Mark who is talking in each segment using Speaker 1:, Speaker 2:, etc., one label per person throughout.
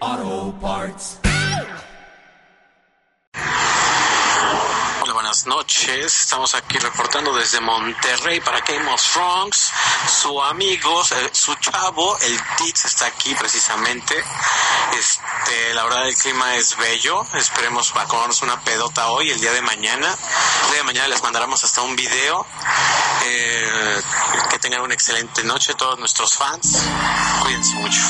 Speaker 1: Auto parts.
Speaker 2: Hola, buenas noches. Estamos aquí reportando desde Monterrey para Game of Thrones. Su amigo, eh, su chavo, el Tits, está aquí precisamente. Este, la verdad, el clima es bello. Esperemos va a comernos una pedota hoy, el día de mañana. El día de mañana les mandaremos hasta un video. Eh, que tengan una excelente noche todos nuestros fans. Cuídense mucho.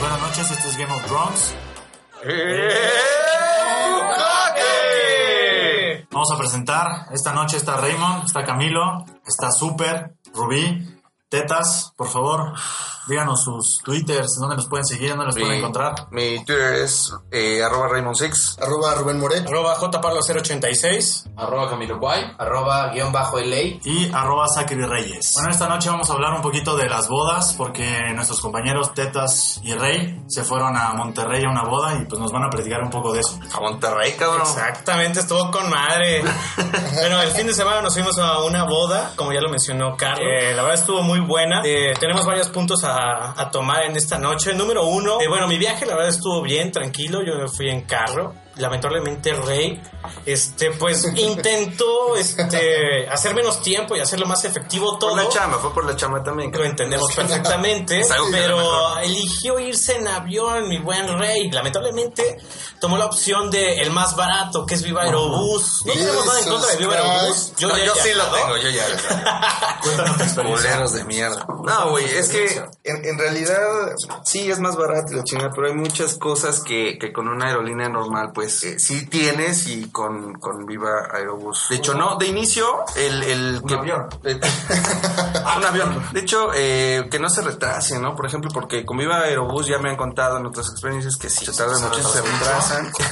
Speaker 3: Buenas noches, este es Game of Thrones. Vamos a presentar, esta noche está Raymond, está Camilo, está Super, Rubí, Tetas, por favor, díganos sus twitters, dónde los pueden seguir, dónde los pueden encontrar.
Speaker 4: Mi Twitter es eh, arroba Raymond6.
Speaker 5: Arroba Rubén Moret.
Speaker 6: Arroba JParlo086.
Speaker 7: arroba Camilo Guay, arroba guión bajo LA.
Speaker 3: y arroba Sacri Reyes. Bueno, esta noche vamos a hablar un poquito de las bodas, porque nuestros compañeros Tetas y Rey se fueron a Monterrey a una boda y pues nos van a platicar un poco de eso.
Speaker 4: A Monterrey, cabrón.
Speaker 6: Exactamente, estuvo con madre. bueno, el fin de semana nos fuimos a una boda, como ya lo mencionó Carlos. Eh, la verdad estuvo muy buena. Eh, tenemos varios puntos a, a tomar en esta noche. Número uno, eh, bueno, mi viaje la verdad estuvo bien, tranquilo. Yo me fui en carro. Lamentablemente Rey, este, pues intentó, este, hacer menos tiempo y hacerlo más efectivo todo.
Speaker 4: Por la chama, fue por la chama también.
Speaker 6: Lo entendemos perfectamente,
Speaker 4: algo que era
Speaker 6: pero
Speaker 4: mejor.
Speaker 6: eligió irse en avión, mi buen rey. Lamentablemente tomó la opción de el más barato, que es Viva Aerobús. No tenemos nada en contra de Viva
Speaker 5: Jesus
Speaker 6: Aerobús.
Speaker 5: Christ.
Speaker 4: Yo, no,
Speaker 6: ya
Speaker 4: yo
Speaker 6: he
Speaker 4: sí lo
Speaker 6: viajado.
Speaker 4: tengo, yo ya lo tengo.
Speaker 3: Cuéntanos tu experiencia.
Speaker 4: Boleros de mierda. No, güey, es que en, en realidad sí es más barato y la chingada, pero hay muchas cosas que, que con una aerolínea normal, pues eh, sí tienes y con, con Viva Aerobús. De hecho, no, de inicio, el. el que,
Speaker 3: avión.
Speaker 4: eh, ah, un avión. De hecho, eh, que no se retrase, ¿no? Por ejemplo, porque con Viva Aerobús ya me han contado en otras experiencias que si se tardan mucho, se retrasan.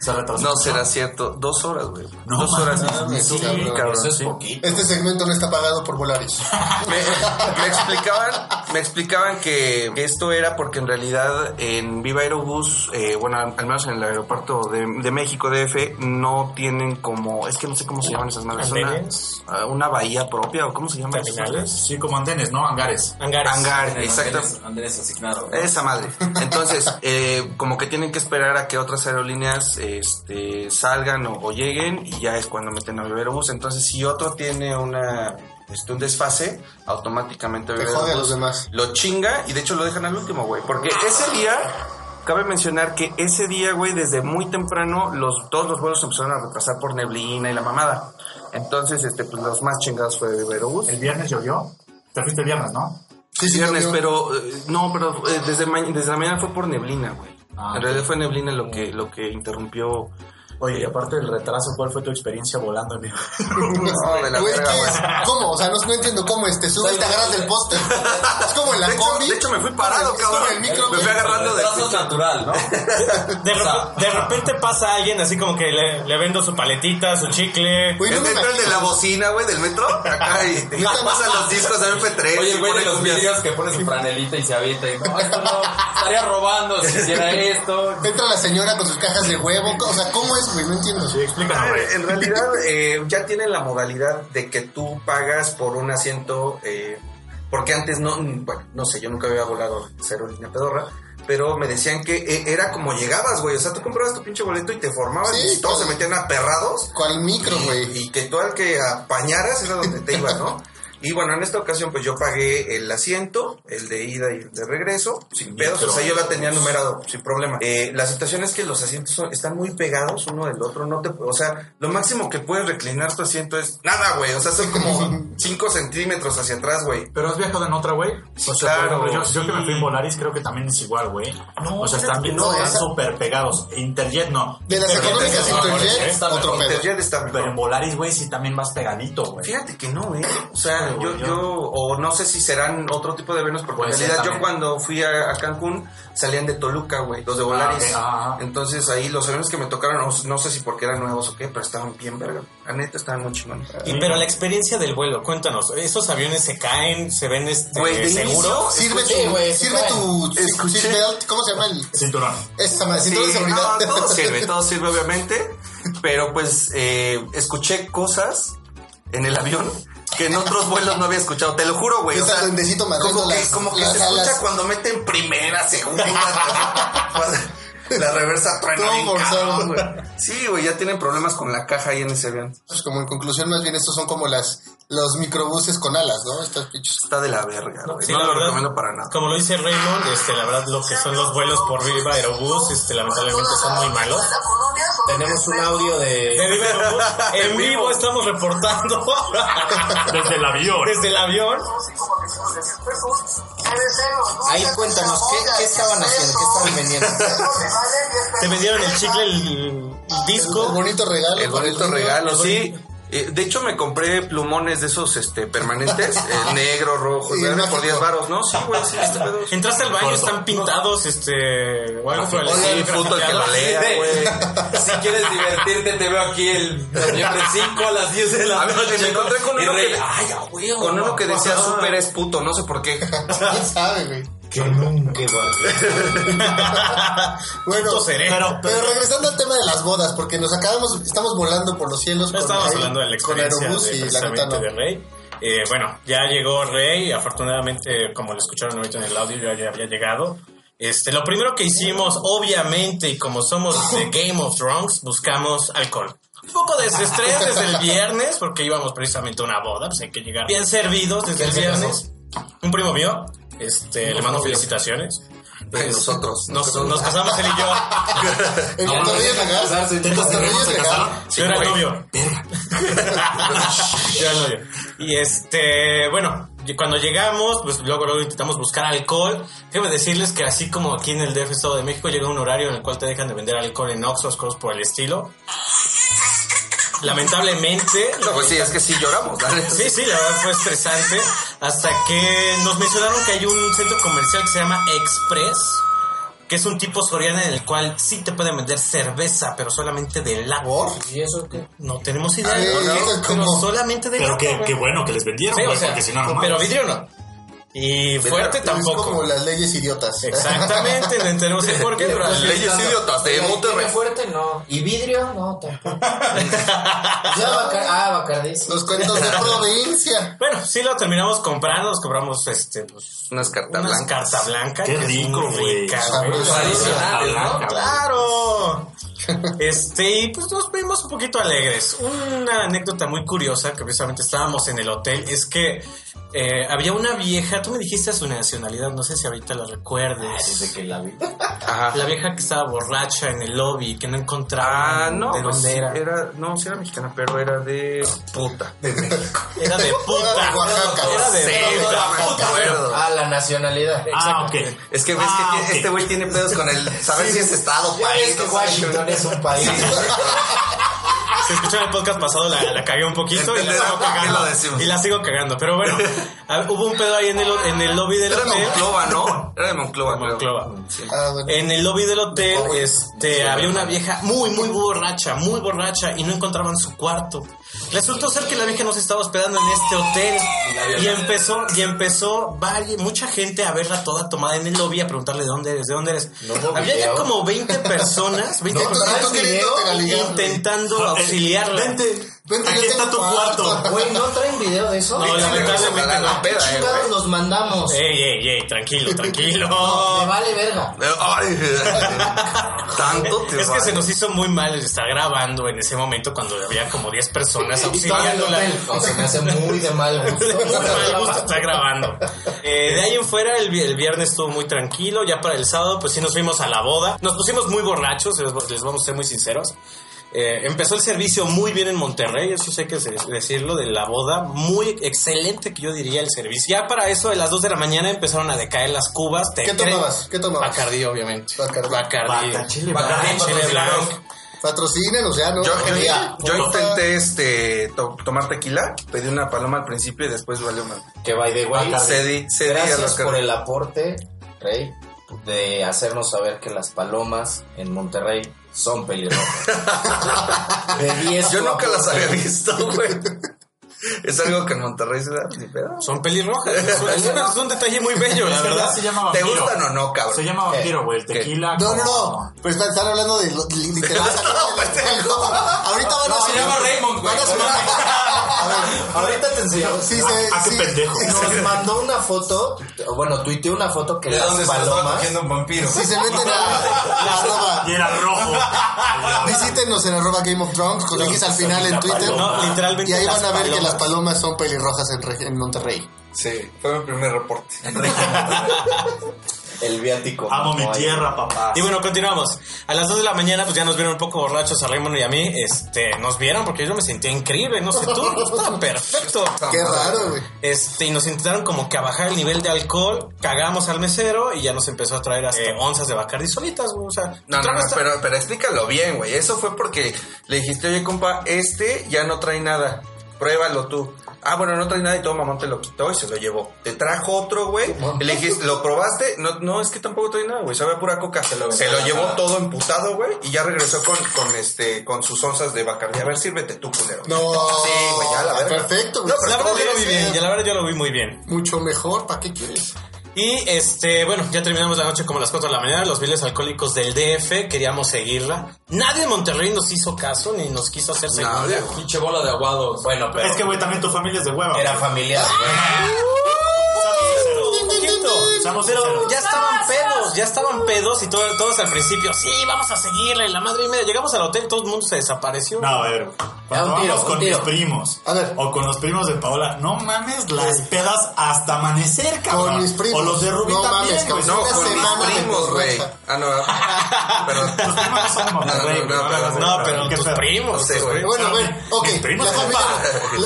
Speaker 3: Se retrasó.
Speaker 4: No será cierto. Dos horas, güey.
Speaker 3: No
Speaker 4: Dos horas.
Speaker 5: mames,
Speaker 4: Sí,
Speaker 5: cabrón.
Speaker 4: cabrón.
Speaker 7: Eso es
Speaker 4: sí.
Speaker 7: poquito.
Speaker 5: Este segmento no está pagado por Volaris.
Speaker 4: me, me explicaban, me explicaban que esto era porque en realidad en Viva Aerobús, eh, bueno, al al menos en el aeropuerto de, de México DF, no tienen como, es que no sé cómo se llaman esas madres. son Una,
Speaker 6: Andenes.
Speaker 4: ah, una bahía propia o cómo se llama. esas
Speaker 6: Terminales.
Speaker 4: madres?
Speaker 3: Sí, como andenes, ¿no? Hangares.
Speaker 6: Hangares.
Speaker 4: Hangar, exacto.
Speaker 7: Andrés, Andrés asignado. ¿no?
Speaker 4: Esa madre. Entonces, eh, como que tienen que esperar a que otras aerolíneas este, salgan o, o lleguen y ya es cuando meten a Viva Aerobús. Entonces, si otro tiene una, este, un desfase, automáticamente
Speaker 5: Te
Speaker 4: Viva
Speaker 5: jode a
Speaker 4: Aerobús
Speaker 5: los demás. Ah.
Speaker 4: lo chinga y de hecho lo dejan al último, güey. Porque ese día, cabe mencionar que ese día, güey, desde muy temprano, los, todos los vuelos se empezaron a retrasar por neblina y la mamada. Entonces, este, pues los más chingados fue Viva Aerobús.
Speaker 3: El viernes llovió. Te fuiste el viernes, ¿no?
Speaker 5: Sí, sí,
Speaker 4: viernes,
Speaker 5: yo-
Speaker 4: pero eh, no, pero eh, desde, ma- desde la mañana fue por neblina, güey.
Speaker 3: Ah,
Speaker 4: en realidad fue neblina lo que, lo que interrumpió.
Speaker 3: Oye, y aparte del retraso, ¿cuál fue tu experiencia volando en Viva
Speaker 4: No, de la
Speaker 5: Ah, Güey,
Speaker 4: verga,
Speaker 5: ¿qué
Speaker 4: güey.
Speaker 5: es? ¿Cómo? O sea, no, no entiendo cómo es. Te subes y te agarras del poste. Es como en la
Speaker 4: De hecho,
Speaker 5: combi.
Speaker 4: de hecho, me fui parado,
Speaker 5: Estoy en
Speaker 4: cabrón.
Speaker 5: el micro,
Speaker 4: me fui
Speaker 5: güey.
Speaker 4: agarrando de.
Speaker 7: Retraso natural, ¿no?
Speaker 6: De, rep- de repente pasa alguien así como que le, le vendo su paletita, su chicle.
Speaker 5: Güey, no
Speaker 4: El
Speaker 5: me
Speaker 4: metro, el de
Speaker 5: imagino.
Speaker 4: la bocina, güey, del metro. Acá y te
Speaker 5: Neta,
Speaker 4: pasan los discos de MP3.
Speaker 7: Oye, el güey de
Speaker 4: pone
Speaker 7: los
Speaker 4: cumbias.
Speaker 7: vídeos que pone su franelita y se avienta y no, esto no, estaría robando si hiciera esto.
Speaker 5: Entra la señora con sus cajas de huevo. O sea, ¿cómo es, güey? No entiendo.
Speaker 3: Sí, explícanos,
Speaker 4: A
Speaker 3: güey.
Speaker 4: ver, en realidad eh, ya tienen la modalidad de que tú pagas por un asiento, eh, porque antes no, mm, bueno, no sé, yo nunca había volado cero línea pedorra, pero me decían que eh, era como llegabas, güey, o sea, tú comprabas tu pinche boleto y te formabas
Speaker 5: Sí,
Speaker 4: y todos se
Speaker 5: claro.
Speaker 4: metían aperrados
Speaker 5: ¿Cuál micro, güey?
Speaker 4: y, y que tú al que apañaras era donde te ibas, ¿no? Y bueno, en esta ocasión pues yo pagué el asiento, el de ida y el de regreso, sin pedos, o sea, yo la tenía numerado, sin problema. Eh, la situación es que los asientos son- están muy pegados uno del otro, no te, o sea, lo máximo que puedes reclinar tu asiento es nada, güey, o sea, son como 5 centímetros hacia atrás, güey.
Speaker 3: Pero has viajado en otra, güey.
Speaker 4: Sí,
Speaker 3: O sea, por
Speaker 4: claro,
Speaker 3: ejemplo, yo, yo
Speaker 4: sí.
Speaker 3: que me fui en Volaris creo que también es igual, güey. o sea, están bien,
Speaker 5: no,
Speaker 3: están
Speaker 5: esa-
Speaker 3: súper pegados. Interjet no.
Speaker 5: De las
Speaker 3: Interjet
Speaker 5: económicas
Speaker 3: es mejor,
Speaker 5: Interjet,
Speaker 3: ¿eh?
Speaker 5: otro pedo.
Speaker 4: Interjet está
Speaker 3: Pero en
Speaker 4: mejor.
Speaker 3: Volaris, güey, sí también vas pegadito, güey.
Speaker 4: Fíjate que no, eh. O sea,
Speaker 3: madre, güey.
Speaker 4: Yo, yo, o no sé si serán otro tipo de aviones, porque
Speaker 3: Puede
Speaker 4: en
Speaker 3: ser
Speaker 4: realidad yo
Speaker 3: también.
Speaker 4: cuando fui a, a Cancún salían de Toluca, güey, los de Volaris.
Speaker 3: Ah, ok, ajá, ajá.
Speaker 4: Entonces ahí los aviones que me tocaron, no, no sé si porque eran nuevos o qué, pero estaban bien verga. La neta estaban muy chingones.
Speaker 3: Eh,
Speaker 6: Y pero la experiencia del vuelo, cuéntanos, ¿esos aviones se caen, se ven este,
Speaker 4: Güey, de
Speaker 6: seguros?
Speaker 5: Sirve
Speaker 7: Escuché,
Speaker 5: tu.
Speaker 7: güey,
Speaker 5: sirve tu.
Speaker 4: Escuché.
Speaker 5: seatbelt, ¿Cómo se llama el.?
Speaker 3: Cinturón.
Speaker 5: Esa madre, cinturón de
Speaker 4: Sí,
Speaker 5: seguridad.
Speaker 4: no, todo sirve, todo sirve obviamente, pero pues eh, escuché cosas en el avión que en otros vuelos no había escuchado, te lo juro, güey.
Speaker 5: Es al duendecito
Speaker 4: como
Speaker 5: madreando
Speaker 4: que,
Speaker 5: las-
Speaker 4: como que
Speaker 5: las
Speaker 4: se escucha
Speaker 5: alas.
Speaker 4: cuando meten primera, segunda, cuando- la reversa truena
Speaker 5: Todo
Speaker 4: bien
Speaker 5: forzado.
Speaker 4: cabrón, güey. Sí, güey, ya tienen problemas con la caja ahí en ese avión.
Speaker 5: Pues como en conclusión, más bien estos son como las los microbuses con alas, ¿no? Estas pinches.
Speaker 4: Está de la verga, güey.
Speaker 6: Sí,
Speaker 4: no
Speaker 6: la
Speaker 4: lo
Speaker 6: verdad,
Speaker 4: recomiendo para nada.
Speaker 6: Como lo dice Raymond, este, la verdad lo que son los vuelos por Viva Aerobús, este, lamentablemente son muy malos.
Speaker 7: Tenemos un audio
Speaker 6: De
Speaker 7: de.
Speaker 6: Viva Aerobús, en vivo estamos reportando
Speaker 3: Desde el avión.
Speaker 6: desde el avión.
Speaker 7: Ahí cuéntanos, ¿qué, qué estaban haciendo? ¿Qué estaban vendiendo?
Speaker 6: Te vendieron el chicle, el, el
Speaker 5: El
Speaker 6: disco.
Speaker 5: bonito regalo.
Speaker 4: El
Speaker 5: para
Speaker 4: bonito
Speaker 5: niño.
Speaker 4: regalo,
Speaker 6: el
Speaker 4: sí. Eh, De hecho, me compré plumones de esos este, permanentes, eh, negro, rojo,
Speaker 5: Y
Speaker 4: y verde,
Speaker 5: mágico.
Speaker 4: por 10 varos, ¿no? Sí, güey, sí, este pedo.
Speaker 6: Entraste al baño, están pintados, este, o algo por el
Speaker 4: Oye, el
Speaker 6: estilo,
Speaker 4: puto el que lo lea, güey.
Speaker 7: Si quieres divertirte, te veo aquí el noviembre 5 a las 10 de la
Speaker 4: A ver,
Speaker 7: noche.
Speaker 4: me encontré con
Speaker 7: Y
Speaker 4: uno
Speaker 7: Rey,
Speaker 4: que-
Speaker 7: Ay, a huevo.
Speaker 4: Con uno que decía
Speaker 7: papá.
Speaker 4: super es puto, no sé por qué.
Speaker 5: ¿Quién sabe, güey?
Speaker 7: Que nunca va.
Speaker 5: Bueno,
Speaker 6: Puto sereno.
Speaker 5: pero, pero regresando al tema de las bodas, porque nos acabamos, estamos volando por los cielos.
Speaker 6: No
Speaker 5: con
Speaker 6: estábamos
Speaker 5: aire-
Speaker 6: hablando de la
Speaker 5: con
Speaker 6: experiencia
Speaker 5: Aerobús
Speaker 6: de,
Speaker 5: y la neta
Speaker 6: precisamente
Speaker 5: no.
Speaker 6: de Rey. Eh, bueno, ya llegó Rey, afortunadamente, como lo escucharon ahorita en el audio, ya, ya había llegado. Este, lo primero que hicimos, obviamente, y como somos de Game of Thrones, buscamos alcohol. Un poco de desestrés desde el viernes, porque íbamos precisamente a una boda, pues hay que llegar bien servidos desde el
Speaker 5: ¿Quién se casó?
Speaker 6: viernes. Un primo mío, este, le mando felicitaciones.
Speaker 4: Ay, nosotros.
Speaker 6: Nos, nos casamos él y yo.
Speaker 5: En
Speaker 3: No, no,
Speaker 5: Torreyes
Speaker 3: no,
Speaker 5: Legal,
Speaker 3: casarse,
Speaker 5: en
Speaker 7: este
Speaker 3: tetas
Speaker 5: Torreyes
Speaker 3: tenemos, se
Speaker 5: Legal,
Speaker 3: casaron.
Speaker 6: yo era novio. yo era novio. Y este, bueno, y cuando llegamos, pues luego, luego intentamos buscar alcohol. Debo decirles que así como aquí en el DF Estado de México llega un horario en el cual te dejan de vender alcohol en Oxxos, cosas por el estilo. Lamentablemente,
Speaker 4: No, pues sí, es que sí lloramos, la neta.
Speaker 6: Sí, sí, la verdad fue estresante. Hasta que nos mencionaron que hay un centro comercial que se llama Express, que es un tipo soriana en el cual sí te pueden vender cerveza, pero solamente de lata.
Speaker 5: ¿Por?
Speaker 7: ¿Y eso qué?
Speaker 6: No tenemos idea,
Speaker 5: Ay,
Speaker 6: ¿no?
Speaker 5: eso es
Speaker 6: pero
Speaker 5: como-
Speaker 6: solamente de
Speaker 3: Pero
Speaker 6: lata,
Speaker 3: qué,
Speaker 6: güey.
Speaker 3: qué bueno que les vendieron,
Speaker 6: Sí,
Speaker 3: güey,
Speaker 6: o sea,
Speaker 3: porque si no, no
Speaker 6: pero
Speaker 3: mames.
Speaker 6: vidrio no. Y fuerte
Speaker 5: Es como
Speaker 6: tampoco.
Speaker 5: las leyes idiotas.
Speaker 6: Exactamente, no entendemos el porqué, pero
Speaker 4: Las
Speaker 6: al-
Speaker 4: leyes idiotas de
Speaker 7: Monterrey
Speaker 4: Monterrey.
Speaker 7: fuerte no. ¿Y vidrio? No, tampoco. Ya Bacar- ah, Bacardí. sí.
Speaker 5: Los cuentos de provincia.
Speaker 6: Bueno, sí lo terminamos comprando, nos compramos este, pues,
Speaker 4: Unas cartas
Speaker 6: unas
Speaker 4: blancas.
Speaker 6: carta blanca.
Speaker 3: Qué
Speaker 6: que es
Speaker 3: rico,
Speaker 6: muy
Speaker 3: güey.
Speaker 6: rica,
Speaker 5: Sabroso.
Speaker 7: Tradicionales,
Speaker 3: Ah,
Speaker 7: ¿no?
Speaker 3: cabrón.
Speaker 6: ¡Claro! Este, y pues nos vimos un poquito alegres. Una anécdota muy curiosa que precisamente estábamos en el hotel es que eh, había una vieja, tú me dijiste su nacionalidad, no sé si ahorita la
Speaker 4: Ah,
Speaker 6: recuerdes.
Speaker 7: Desde que la vi.
Speaker 4: Ajá.
Speaker 6: La vieja que estaba borracha en el lobby, que no encontraba
Speaker 4: Ah, no,
Speaker 6: de
Speaker 4: pues
Speaker 6: dónde
Speaker 4: sí,
Speaker 6: era.
Speaker 4: era. No, sí era mexicana, pero era de puta. De México.
Speaker 6: Era de puta.
Speaker 5: Era de Oaxaca.
Speaker 6: Era de
Speaker 4: Sí,
Speaker 6: puta.
Speaker 4: era de puta, pero-
Speaker 7: Ah, la nacionalidad.
Speaker 3: Ah, ok.
Speaker 4: Es que ves que
Speaker 3: Ah,
Speaker 4: tiene-
Speaker 3: ok.
Speaker 4: este güey tiene pedos con el saber si es estado,
Speaker 7: Ya ves
Speaker 4: país,
Speaker 7: que
Speaker 4: no sé.
Speaker 7: Washington es un país.
Speaker 6: Si escucharon el podcast pasado, la, la cagué un poquito y la
Speaker 4: Entenderán
Speaker 6: sigo
Speaker 4: por qué
Speaker 6: cagando.
Speaker 4: lo decimos.
Speaker 6: Y la sigo cagando. Pero bueno, a ver, hubo un pedo ahí en el, en el lobby del
Speaker 4: Era de
Speaker 6: hotel.
Speaker 4: Monclova, ¿no? Era de Monclova, creo.
Speaker 6: Monclova.
Speaker 5: Ah, bueno.
Speaker 6: En el lobby del hotel, este, había una vieja muy, muy borracha, muy borracha, y no encontraban su cuarto. Resultó ser que la vieja nos estaba hospedando en este hotel. Y empezó, y empezó vari- mucha gente a verla toda tomada en el lobby, a preguntarle de dónde eres, de dónde eres.
Speaker 7: No hubo
Speaker 6: había ya
Speaker 7: video.
Speaker 6: como 20 personas, 20
Speaker 5: No, no,
Speaker 6: personas
Speaker 5: no, no, no, no, no.
Speaker 6: intentando auxiliarla.
Speaker 3: Vente,
Speaker 5: Vente,
Speaker 3: aquí
Speaker 5: yo
Speaker 3: está
Speaker 5: tengo
Speaker 3: tu
Speaker 5: cuarto.
Speaker 3: cuarto.
Speaker 7: Güey, ¿no traen video de eso?
Speaker 6: No, lamentablemente
Speaker 4: La
Speaker 6: no.
Speaker 4: peda, eh,
Speaker 7: Chingados nos mandamos.
Speaker 6: Ey, ey, ey, tranquilo, tranquilo.
Speaker 7: Me vale verga.
Speaker 4: güey. Ay, tanto te
Speaker 6: Es que
Speaker 4: vale.
Speaker 6: se nos hizo muy mal estar grabando en ese momento cuando había como 10 personas
Speaker 7: Y todavía no
Speaker 6: auxiliándola.
Speaker 7: te- o sea, me hace muy de mal gusto.
Speaker 6: Muy mal gusto estar grabando. Eh, de ahí en fuera, el, vi- el viernes estuvo muy tranquilo. Ya para el sábado, pues sí nos fuimos a la boda. Nos pusimos muy borrachos, les, les vamos a ser muy sinceros. Eh, empezó el servicio muy bien en Monterrey, eso sé que se- decirlo, de la boda. Muy excelente, que yo diría, el servicio. Ya para eso, de las 2 de la mañana empezaron a decaer las cubas. Te
Speaker 5: ¿Qué
Speaker 6: creen-
Speaker 5: tomabas? ¿Qué tomabas?
Speaker 6: Bacardí, obviamente.
Speaker 5: Bacardí.
Speaker 6: Bacardí.
Speaker 7: Bata, chile
Speaker 6: Bacardí,
Speaker 7: blanco,
Speaker 6: chile
Speaker 7: patrocinador.
Speaker 6: blanco.
Speaker 5: Patrocinen, o sea, no.
Speaker 4: Yo,
Speaker 5: no, ya.
Speaker 4: yo intenté este to- tomar tequila, pedí una paloma al principio y después valió mal.
Speaker 8: Que by the way,
Speaker 4: Cedí, cedí a
Speaker 8: gracias
Speaker 4: los
Speaker 8: por
Speaker 4: carros.
Speaker 8: el aporte, Rey, de hacernos saber que las palomas en Monterrey son pelirrojas. De 10
Speaker 4: Yo
Speaker 8: tu
Speaker 4: nunca las
Speaker 8: aporte.
Speaker 4: había visto, güey. Es algo que en Monterrey se da, ni pedo.
Speaker 6: Son pelirrojas. Es un- Es un, es un detalle muy bello, la verdad.
Speaker 3: se llama
Speaker 4: ¿Te
Speaker 3: vampiro.
Speaker 4: gustan o no,
Speaker 3: Se
Speaker 4: cabrón?
Speaker 3: llama vampiro, güey. El
Speaker 4: ¿Qué?
Speaker 3: tequila.
Speaker 5: No, no,
Speaker 3: como-
Speaker 5: no. Pero están, están hablando de lo- li- literal. Ahorita van a
Speaker 7: No, se llama Raymond, güey.
Speaker 5: Van a sonar- A ver,
Speaker 8: Ahorita te enseñamos.
Speaker 5: Sí, se,
Speaker 3: Ah, qué
Speaker 5: sí.
Speaker 3: pendejo.
Speaker 8: Nos mandó una foto, bueno, tuiteó una foto que
Speaker 7: ¿De dónde se
Speaker 8: las
Speaker 7: lo estaba
Speaker 8: palomas.
Speaker 7: cogiendo un vampiro?
Speaker 5: Si se meten a la arroba,
Speaker 3: Y era rojo.
Speaker 5: visítenos en arroba Game of Thrones con X al final en Twitter.
Speaker 6: No, literalmente.
Speaker 5: Y ahí van
Speaker 6: las
Speaker 5: a ver que
Speaker 6: palomas.
Speaker 5: las palomas son pelirrojas en, reg- en Monterrey.
Speaker 4: Sí, fue mi primer reporte.
Speaker 8: El viático.
Speaker 3: Amo
Speaker 8: No
Speaker 3: mi
Speaker 8: hay-
Speaker 3: tierra, papá.
Speaker 6: Y bueno, continuamos. A las 2 de la mañana, pues ya nos vieron un poco borrachos a Raymond y a mí. Este, nos vieron porque yo me sentía increíble, no sé tú, estaba perfecto.
Speaker 5: Qué raro, güey.
Speaker 6: Este, y nos intentaron como que a bajar el nivel de alcohol, cagamos al mesero y ya nos empezó a traer hasta onzas de Bacardi solitas, güey. O sea,
Speaker 4: Eh. No, no,
Speaker 6: trago
Speaker 4: no,
Speaker 6: hasta-
Speaker 4: pero, pero explícalo bien, güey. Eso fue porque le dijiste, oye, compa, este ya no trae nada. Pruébalo tú. Ah, bueno, no trae nada y todo mamón te lo quitó y se lo llevó. Te trajo otro, güey. y Le dijiste, ¿lo probaste? No, no, es que tampoco trae nada, güey. Sabe a pura coca. Se lo, llevó todo emputado, güey. Y ya regresó con, con este, con sus onzas de Bacardi. A ver, sírvete tú, culero.
Speaker 5: No.
Speaker 4: Sí, güey, ya la verga.
Speaker 5: Perfecto, güey.
Speaker 4: No, pero
Speaker 6: La verdad
Speaker 4: ¿cómo
Speaker 6: yo lo vi
Speaker 4: dices?
Speaker 6: bien, ya la verdad yo lo vi muy bien.
Speaker 5: Mucho mejor, ¿para qué quieres?
Speaker 6: Y este, bueno, ya terminamos la noche como a las 4 de la mañana, los viles alcohólicos del DF, queríamos seguirla. Nadie en Monterrey nos hizo caso ni nos quiso hacer seguir.
Speaker 4: No, güey.
Speaker 7: Pinche bola de aguados.
Speaker 8: Bueno, pero
Speaker 3: Es que, güey, también tu familia es de hueva.
Speaker 8: era
Speaker 3: güey.
Speaker 8: familiar, güey.
Speaker 3: Seamos sinceros.
Speaker 6: Un poquito.
Speaker 3: Seamos
Speaker 6: Pero
Speaker 3: sinceros.
Speaker 6: ya estaban pedos, ya estaban pedos y todo- todos al principio, sí, vamos a seguirla y la madre y media. Llegamos al hotel, todo el mundo se desapareció.
Speaker 3: No, a ver. Cuando
Speaker 8: un tiro,
Speaker 3: vamos
Speaker 8: un
Speaker 3: con mis
Speaker 8: tiro.
Speaker 3: primos.
Speaker 5: A ver.
Speaker 3: O con los primos de Paola. No mames las pedas hasta amanecer, cabrón.
Speaker 5: Con mis primos.
Speaker 3: O los de Rubí
Speaker 5: No
Speaker 3: también, güey.
Speaker 5: mames, cabrón.
Speaker 4: No,
Speaker 5: pues, Una
Speaker 4: con
Speaker 5: semana
Speaker 4: mis
Speaker 5: de
Speaker 4: primos, güey.
Speaker 5: borracha.
Speaker 4: Ah, no.
Speaker 3: Tus
Speaker 4: Perdón.
Speaker 3: primos no son de Monterrey,
Speaker 4: No,
Speaker 3: güey.
Speaker 4: no, no,
Speaker 3: hagas
Speaker 4: no,
Speaker 3: eso,
Speaker 6: No, pero
Speaker 3: qué
Speaker 6: tus
Speaker 3: feo.
Speaker 4: No
Speaker 6: primos.
Speaker 4: sé, güey.
Speaker 5: Bueno, a ver, ok.
Speaker 3: Mis primos
Speaker 5: la
Speaker 3: se
Speaker 5: familia-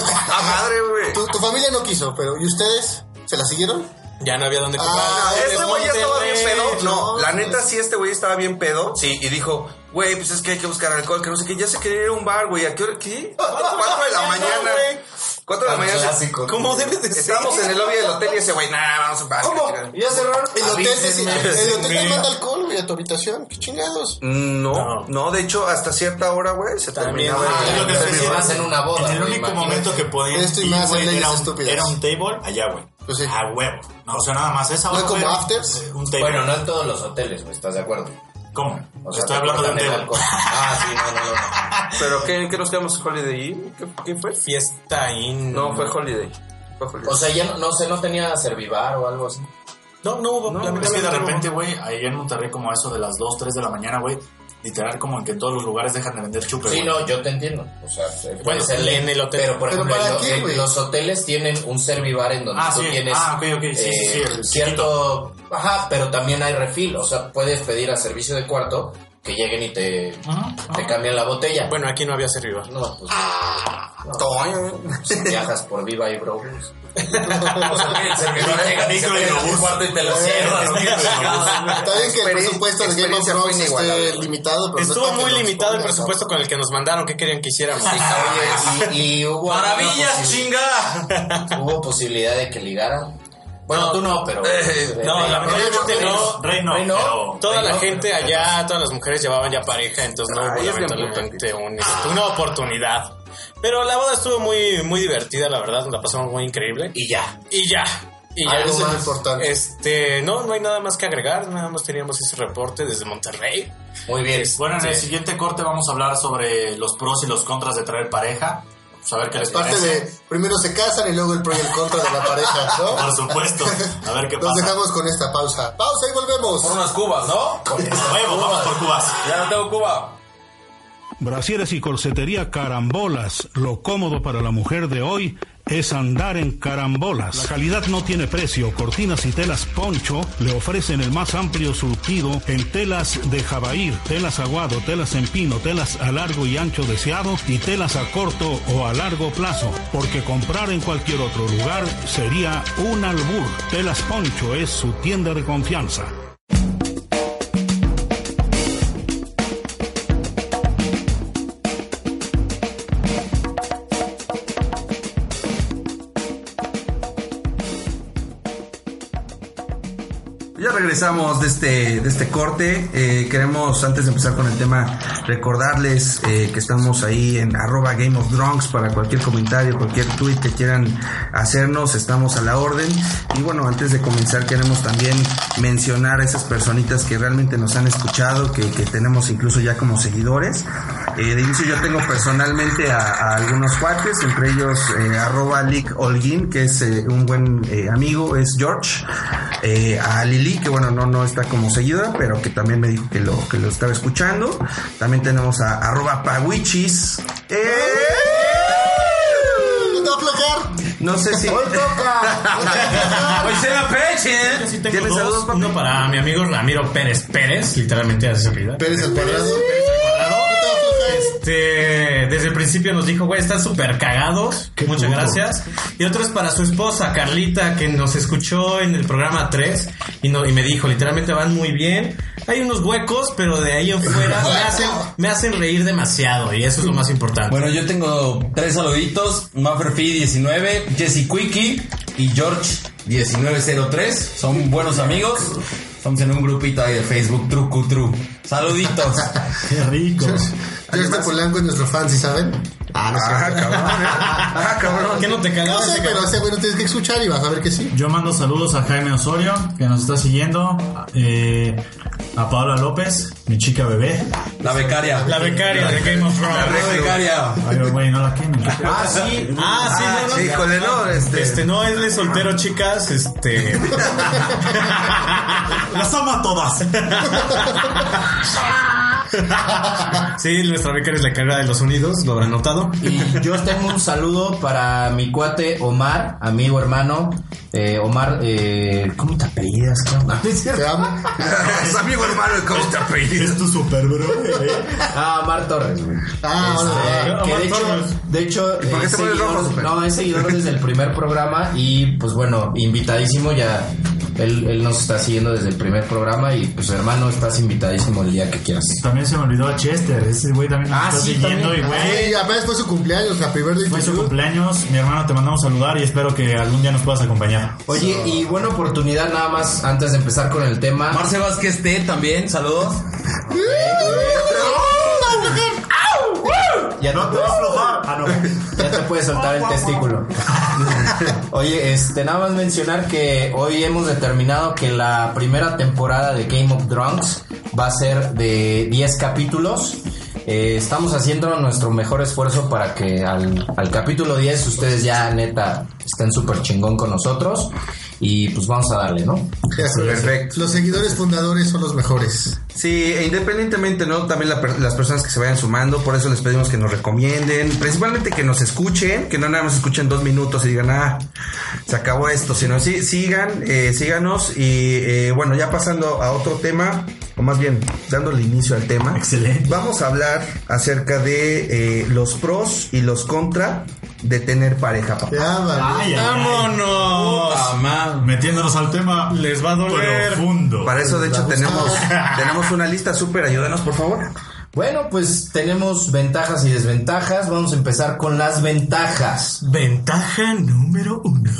Speaker 5: la-
Speaker 4: Ah, madre, güey.
Speaker 5: tu, tu familia no quiso, pero ¿y ustedes? ¿Se la siguieron?
Speaker 6: Ya no había dónde
Speaker 5: Ah,
Speaker 6: comprar.
Speaker 5: no,
Speaker 4: Este güey ya estaba bien pedo. No,
Speaker 5: no,
Speaker 4: la
Speaker 5: güey.
Speaker 4: neta sí, este güey estaba bien pedo. Sí, y dijo, güey, pues es que hay que buscar alcohol, que no sé qué. Ya se quería ir a un bar, güey. ¿A qué hora? ¿Qué? Cuatro de la mañana.
Speaker 6: güey.
Speaker 4: Cuatro de la mañana.
Speaker 8: Clásico.
Speaker 6: ¿Cómo debe de ser?
Speaker 4: Estábamos en el lobby del hotel y ese güey, nah, vamos a un bar.
Speaker 8: ¿Ya cerraron?
Speaker 5: El hotel, te- el hotel te
Speaker 3: avísenme.
Speaker 5: manda alcohol, güey, a tu habitación. Qué chingados.
Speaker 4: No, no, de hecho, hasta cierta hora, güey, se
Speaker 6: También,
Speaker 4: terminaba.
Speaker 6: ah,
Speaker 4: el-
Speaker 3: yo lo que te decía,
Speaker 8: Vas en una boda,
Speaker 3: En el
Speaker 8: güey,
Speaker 3: único
Speaker 8: imagínate.
Speaker 3: momento que podían
Speaker 5: Esto y
Speaker 3: ir,
Speaker 5: más
Speaker 3: güey,
Speaker 5: en leyes
Speaker 3: era, un,
Speaker 5: estúpidas.
Speaker 3: era un table allá, güey.
Speaker 5: Pues sí.
Speaker 3: A huevo. No, o sea, nada más esa
Speaker 5: ¿No es
Speaker 3: güey,
Speaker 5: como
Speaker 3: era
Speaker 5: afters?
Speaker 3: Un table.
Speaker 8: Bueno, no en todos los hoteles, güey, ¿estás de acuerdo?
Speaker 3: ¿Cómo?
Speaker 8: O sea,
Speaker 3: Estoy
Speaker 8: te
Speaker 3: hablando de un
Speaker 8: cortan el
Speaker 3: table.
Speaker 8: alcohol. Ah, sí, no, no, no.
Speaker 4: ¿Pero qué, en qué nos quedamos? ¿Holiday Inn? ¿Qué, qué fue?
Speaker 6: Fiesta in...
Speaker 4: No, fue Holiday. Fue Holiday.
Speaker 8: O sea, ya no, no sé, no tenía servivar o algo así.
Speaker 6: No, no hubo.
Speaker 4: No,
Speaker 6: la-
Speaker 3: Es que de repente, güey, ahí en Monterrey, como a eso de las 2, 3 de la mañana, güey, literal, como en que en todos los lugares dejan de vender chupe.
Speaker 8: Sí,
Speaker 3: güey.
Speaker 8: no, yo te entiendo. O sea, puede ser
Speaker 6: en
Speaker 8: ley,
Speaker 6: el hotel.
Speaker 8: Pero, por
Speaker 5: Pero
Speaker 8: ejemplo,
Speaker 5: ¿para
Speaker 8: en lo-
Speaker 5: qué,
Speaker 8: en
Speaker 5: güey?
Speaker 8: los hoteles tienen un servivar en donde
Speaker 3: Ah,
Speaker 8: tú
Speaker 3: sí.
Speaker 8: tienes eh,
Speaker 3: Ah, ok, ok. Sí, sí, sí, el
Speaker 8: cierto... Ajá, pero también hay refil. O sea, puedes pedir a servicio de cuarto que lleguen y te,
Speaker 3: Ajá, Pues,
Speaker 8: te
Speaker 3: ajá.
Speaker 8: cambian la botella.
Speaker 6: Bueno, aquí no había servido.
Speaker 8: No,
Speaker 3: Ah,
Speaker 8: pues
Speaker 4: Toño.
Speaker 8: si viajas por Viva y Bro. o sea, el servivar llega y se
Speaker 3: Micro
Speaker 8: mete en
Speaker 3: microbús.
Speaker 8: el cuarto y te lo cierras.
Speaker 3: micro microbús.
Speaker 5: Está bien que el
Speaker 4: Experien-
Speaker 5: presupuesto de Game of
Speaker 4: experiencia fue
Speaker 5: Thrones
Speaker 4: inigualable,
Speaker 5: esté
Speaker 4: güey.
Speaker 5: limitado, pero no
Speaker 6: Estuvo
Speaker 5: para que
Speaker 6: muy
Speaker 5: nos
Speaker 6: limitado el
Speaker 5: pongan,
Speaker 6: presupuesto con el que nos mandaron. ¿Qué querían que hiciéramos?
Speaker 3: Ah,
Speaker 8: Oye, y, y hubo...
Speaker 7: ¡Maravillas,
Speaker 8: hubo posi-
Speaker 7: chinga!
Speaker 8: Hubo posibilidad de que ligaran. Bueno, tú no, pero...
Speaker 3: Eh,
Speaker 6: no, lamentablemente no.
Speaker 3: Rey no,
Speaker 8: Rey no.
Speaker 3: pero-
Speaker 6: Toda
Speaker 8: Ay,
Speaker 6: la
Speaker 8: no,
Speaker 6: gente
Speaker 8: pero-
Speaker 6: allá, todas las mujeres llevaban ya pareja, entonces no
Speaker 4: Ay,
Speaker 6: hubo
Speaker 4: es bien
Speaker 6: lamentablemente un- este, una oportunidad. Pero la boda estuvo muy, muy divertida, la verdad, nos la pasamos muy increíble.
Speaker 8: Y ya.
Speaker 6: Y ya. Y
Speaker 4: Ah,
Speaker 6: ya.
Speaker 5: Algo
Speaker 6: Entonces,
Speaker 5: más importante.
Speaker 6: Este, no, no hay nada más que agregar, nada más teníamos ese reporte desde Monterrey. Este,
Speaker 8: Muy bien.
Speaker 3: Bueno, en el siguiente corte vamos a hablar sobre los pros y los contras de traer pareja. Saber qué les
Speaker 5: ¿no? Parte
Speaker 3: parece.
Speaker 5: de primero se casan y luego el pro y el contra de la pareja, ¿no?
Speaker 3: Por supuesto. A ver qué
Speaker 5: Nos
Speaker 3: pasa.
Speaker 5: dejamos con esta pausa. Pausa y volvemos.
Speaker 7: Por unas cubas, ¿no?
Speaker 3: Huevo, vamos por Cubas.
Speaker 7: Ya no tengo cuba.
Speaker 9: Brasieres y corsetería Carambolas. Lo cómodo para la mujer de hoy es andar en carambolas. La calidad no tiene precio. Cortinas y telas Poncho le ofrecen el más amplio surtido en telas de jabair, telas aguado, telas en pino, telas a largo y ancho deseado y telas a corto o a largo plazo. Porque comprar en cualquier otro lugar sería un albur. Telas Poncho es su tienda de confianza.
Speaker 4: Ya regresamos de este, de este corte. Eh, queremos, antes de empezar con el tema, recordarles eh, que estamos ahí en arroba Game of Drunks para cualquier comentario, cualquier tweet que quieran hacernos, estamos a la orden. Y bueno, antes de comenzar queremos también mencionar a esas personitas que realmente nos han escuchado, que, que tenemos incluso ya como seguidores. Eh, de inicio yo tengo personalmente a, a algunos cuates, entre ellos eh, arroba Lick Olguín, que es eh, un buen eh, amigo, es George. Eh, a Lili, que bueno, no, no está como seguida, pero que también me dijo que lo, que lo estaba escuchando. También tenemos a arroba Pawichis.
Speaker 5: No aflojar.
Speaker 4: ¡Eh! No sé si...
Speaker 3: Pues
Speaker 6: Hoy se la peche. Yo sí tengo dos, uno para mi amigo Ramiro Pérez Pérez, literalmente hace su vida.
Speaker 5: Pérez al cuadrado.
Speaker 6: Este, desde el principio nos dijo, güey, están súper cagados. Muchas
Speaker 5: puto.
Speaker 6: gracias. Y otro es para su esposa, Carlita, que nos escuchó en el programa 3 y, no, y me dijo, literalmente van muy bien. Hay unos huecos, pero de ahí en fuera me hacen, me hacen reír demasiado y eso es lo más importante.
Speaker 10: Bueno, yo tengo tres saluditos: Mafferfi 19, Jesse Quickie y George 1903. Son buenos amigos. Estamos en un grupito ahí de Facebook, Trucu Tru. Saluditos.
Speaker 3: Qué rico.
Speaker 5: George este Polanco es nuestro fan, ¿sí saben? Ah, no sé.
Speaker 4: ¿eh?
Speaker 6: ¿Qué no te
Speaker 5: No
Speaker 6: cagaste?
Speaker 5: sé, pero ese güey lo tienes que escuchar y vas a ver que sí.
Speaker 3: Yo mando saludos a Jaime Osorio, que nos está siguiendo. eh, a Paola López, mi chica bebé.
Speaker 10: La becaria.
Speaker 6: La becaria de Game of Thrones.
Speaker 10: La becaria.
Speaker 3: Ay, güey, no la quemen.
Speaker 6: Ah, sí. Ah, sí, no, no.
Speaker 4: Híjole, no, este...
Speaker 6: Este, no, él es soltero, chicas. Este.
Speaker 3: Las ama a todas.
Speaker 6: Sí, nuestra becaria es la carrera de los unidos, lo habrán notado.
Speaker 8: Y yo tengo un saludo para mi cuate Omar, amigo hermano. Eh, Omar, eh, ¿cómo te apellidas? cabrón?
Speaker 5: Te amo.
Speaker 4: Es amigo hermano de Costa
Speaker 3: es tu super bro. eh.
Speaker 8: Ah, Omar Torres. güey.
Speaker 5: Ah,
Speaker 8: Este,
Speaker 5: hola.
Speaker 8: que
Speaker 6: Omar
Speaker 8: de hecho,
Speaker 6: Torres.
Speaker 8: de hecho
Speaker 4: por qué
Speaker 8: es
Speaker 4: se pone
Speaker 8: seguidor-
Speaker 4: rojo, super?
Speaker 8: no, es seguidor desde el primer programa y pues bueno, invitadísimo ya. Él, él nos está siguiendo desde el primer programa y pues hermano, estás invitadísimo el día que quieras.
Speaker 3: También se me olvidó a Chester. Ese güey también nos
Speaker 8: Ah,
Speaker 3: está
Speaker 8: sí,
Speaker 3: siguiendo.
Speaker 8: también.
Speaker 3: Y güey,
Speaker 5: Ay, apenas fue su cumpleaños, la primera
Speaker 3: fue su
Speaker 5: interview.
Speaker 3: cumpleaños. Mi hermano, te mandamos saludar y espero que algún día nos puedas acompañar.
Speaker 8: Oye, y buena oportunidad nada más antes de empezar con el tema.
Speaker 10: Marce Vázquez T también, saludos.
Speaker 8: Ya no te
Speaker 3: va a aflojar. Ah, no.
Speaker 8: Ya te puedes soltar el testículo. Oye, este, nada más mencionar que hoy hemos determinado que la primera temporada de Game of Drunks va a ser de 10 capítulos. Eh, estamos haciendo nuestro mejor esfuerzo para que al, al capítulo 10 ustedes ya neta estén súper chingón con nosotros. Y pues vamos a darle, ¿no?
Speaker 4: Perfecto.
Speaker 5: Los seguidores fundadores son los mejores.
Speaker 4: Sí, e independientemente, ¿no? También la per- las personas que se vayan sumando, por eso les pedimos que nos recomienden, principalmente que nos escuchen, que no nada más escuchen dos minutos y digan, ah, se acabó esto, sino sí, sigan, eh, síganos y eh, bueno, ya pasando a otro tema, o más bien dándole inicio al tema.
Speaker 3: Excelente.
Speaker 4: Vamos a hablar acerca de eh, los pros y los contra de tener pareja, papá.
Speaker 5: Ya, vale.
Speaker 3: Ay, ay, ay.
Speaker 6: ¡Vámonos!
Speaker 3: Metiéndonos al tema.
Speaker 6: Les va a doler.
Speaker 3: Profundo.
Speaker 4: Para eso, de hecho, tenemos, tenemos una lista súper, ayúdanos, por favor.
Speaker 8: Bueno, pues tenemos ventajas y desventajas. Vamos a empezar con las ventajas.
Speaker 6: Ventaja número uno.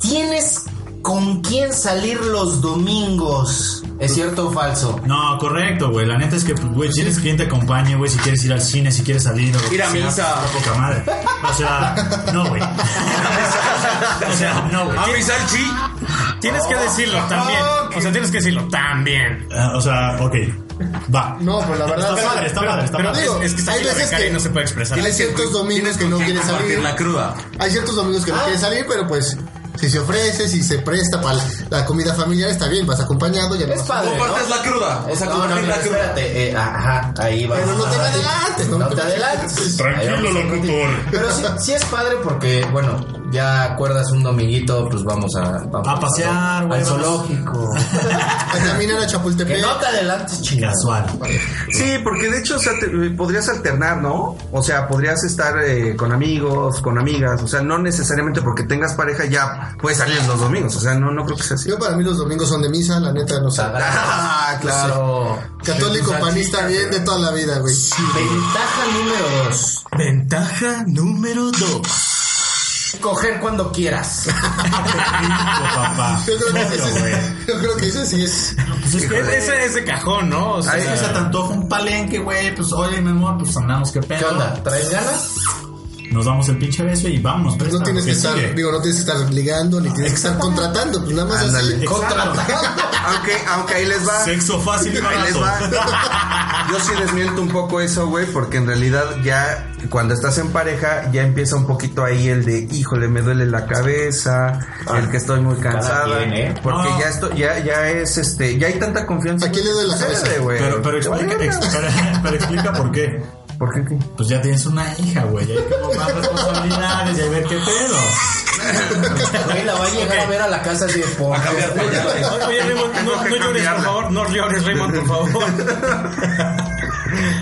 Speaker 8: ¿Tienes con quién salir los domingos? ¿Es cierto o falso?
Speaker 3: No, correcto, güey. La neta es que, pues, güey, si eres quien te acompañe, güey, si quieres ir al cine, si quieres salir, o lo
Speaker 10: Ir
Speaker 3: que
Speaker 10: a
Speaker 3: sea,
Speaker 10: misa.
Speaker 3: está poca madre. O sea, no, güey. O sea, no, güey.
Speaker 10: mi salchi.
Speaker 6: Tienes que decirlo también.
Speaker 5: Ah,
Speaker 6: O sea, tienes que decirlo también.
Speaker 3: Ah, O sea, ok. Va.
Speaker 5: No, pues la verdad.
Speaker 3: Está padre, está padre, está
Speaker 6: Pero
Speaker 3: padre.
Speaker 5: digo,
Speaker 6: es, es que está
Speaker 5: hay
Speaker 6: aquí la
Speaker 5: veces
Speaker 6: becaria
Speaker 5: que-
Speaker 6: y no se puede expresar.
Speaker 5: Hay ciertos domingos que no quieres salir.
Speaker 10: la cruda.
Speaker 5: Hay ciertos domingos que no quieres salir, pero pues si se ofrece, si se presta para la comida familiar, está bien, vas acompañado. Ya no
Speaker 8: Es
Speaker 5: vas-
Speaker 8: padre, ¿no?
Speaker 10: Compartes la cruda. O sea,
Speaker 8: No, no,
Speaker 10: compartir
Speaker 8: no,
Speaker 10: la cruda.
Speaker 8: espérate. eh, ajá, ahí va.
Speaker 5: Pero no te adelantes, no
Speaker 8: No
Speaker 5: te-
Speaker 8: te adelantes. Ahí vamos a continuar. Pero sí, sí es padre porque, bueno, ya acuerdas un dominguito, pues vamos a... vamos
Speaker 3: A pasear, güey,
Speaker 8: Al
Speaker 3: vamos.
Speaker 8: zoológico.
Speaker 5: A caminar a Chapultepec.
Speaker 8: que no te adelantes, chingada.
Speaker 3: Casual.
Speaker 4: Sí, porque de hecho o sea, te- podrías alternar, ¿no? O sea, podrías estar eh, con amigos, con amigas, o sea, no necesariamente porque tengas pareja ya puedes salir los domingos, o sea, no, no creo que sea así.
Speaker 5: Yo para mí los domingos son de misa, la neta, no sé.
Speaker 8: Ah, claro.
Speaker 5: Católico, panista, bien de toda la vida, güey.
Speaker 8: Ventaja número dos.
Speaker 6: Ventaja número dos.
Speaker 8: Coger cuando quieras.
Speaker 11: papá.
Speaker 5: Yo creo que
Speaker 11: Obvio,
Speaker 5: ese-
Speaker 11: güey.
Speaker 5: yo creo que ese sí es.
Speaker 6: Pues es que ese es de cajón, ¿no? O sea,
Speaker 3: Ahí se te antoja un palenque, güey. Pues, oye, mi amor, pues andamos, qué pedo.
Speaker 8: ¿Qué onda? ¿Traes ganas?
Speaker 3: Nos damos el pinche beso y vámonos. presta.
Speaker 5: No tienes que
Speaker 3: ¿Qué
Speaker 5: estar,
Speaker 3: sigue?
Speaker 5: digo, no tienes que estar ligando, ni tienes que estar contratando, pues nada más así.
Speaker 4: Ándale.
Speaker 5: Contratando.
Speaker 4: Aunque, aunque ahí les va.
Speaker 3: Sexo fácil y
Speaker 4: Ahí les
Speaker 3: barato.
Speaker 4: va. Yo sí desmiento un poco eso, güey, porque en realidad ya cuando estás en pareja ya empieza un poquito ahí el de, híjole, me duele la cabeza, el que estoy muy cansada,
Speaker 8: quien, ¿eh?
Speaker 4: porque
Speaker 3: No.
Speaker 4: ya esto ya ya es este, ya hay tanta confianza.
Speaker 5: ¿A quién le duele la
Speaker 4: Sucede,
Speaker 5: cabeza?
Speaker 4: güey.
Speaker 3: Pero, pero, explica,
Speaker 4: Bueno,
Speaker 3: ex- pero- pero explica pues, por qué.
Speaker 4: ¿Por qué? qué?
Speaker 3: Pues ya tienes una hija, güey. Ya hay como más responsabilidades y a ver qué pedo.
Speaker 8: Güey, la va a llegar a ver a la casa de por.
Speaker 6: Oye, Raymond, no, no llores, por favor. No llores, Raymond, por favor.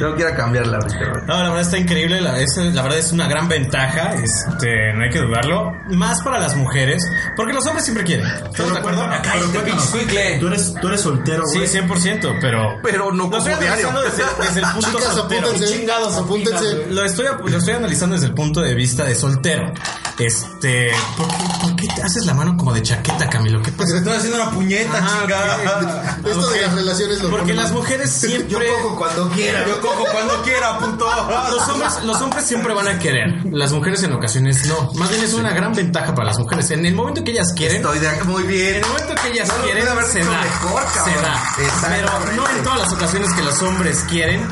Speaker 4: Yo quiero cambiarla ahorita. güey.
Speaker 6: No, la verdad está increíble. La, es- la verdad es una gran ventaja. Este, no hay que dudarlo. Más para las mujeres, porque los hombres siempre quieren. ¿Estamos de acuerdo? Acá
Speaker 3: Pero
Speaker 6: este
Speaker 3: cuéntanos,
Speaker 6: pinche cuicle.
Speaker 3: Tú eres, tú eres soltero,
Speaker 6: Sí,
Speaker 3: güey.
Speaker 6: 100%, pero.
Speaker 4: Pero no
Speaker 6: lo estoy
Speaker 4: como diario.
Speaker 6: analizando desde, desde el punto
Speaker 5: Chicas,
Speaker 6: soltero.
Speaker 5: apúntense.
Speaker 6: Chingados,
Speaker 5: Apúntense.
Speaker 6: apúntense. Este, Lo estoy, lo estoy analizando desde el punto de vista de soltero. Este. ¿Por qué, por qué te haces la mano como de chaqueta, Camilo? ¿Qué pasa?
Speaker 12: Estoy haciendo una puñeta,
Speaker 6: Ah,
Speaker 12: chingada.
Speaker 6: ok.
Speaker 5: Esto de
Speaker 6: Ok.
Speaker 5: las relaciones lo
Speaker 6: Porque
Speaker 5: ponen-
Speaker 6: las mujeres siempre.
Speaker 8: cuando quiera.
Speaker 12: Yo cojo cuando quiera, puto.
Speaker 6: Los hombres, los hombres siempre van a querer. Las mujeres en ocasiones no. Más bien es una gran ventaja para las mujeres. En el momento que ellas quieren,
Speaker 4: Estoy de muy bien.
Speaker 6: en el momento que ellas
Speaker 4: No lo
Speaker 6: quieren,
Speaker 4: pude haber
Speaker 6: se
Speaker 4: dicho
Speaker 6: da.
Speaker 4: mejor, cabrón.
Speaker 6: se da.
Speaker 4: Exactamente.
Speaker 6: Pero no en todas las ocasiones que los hombres quieren,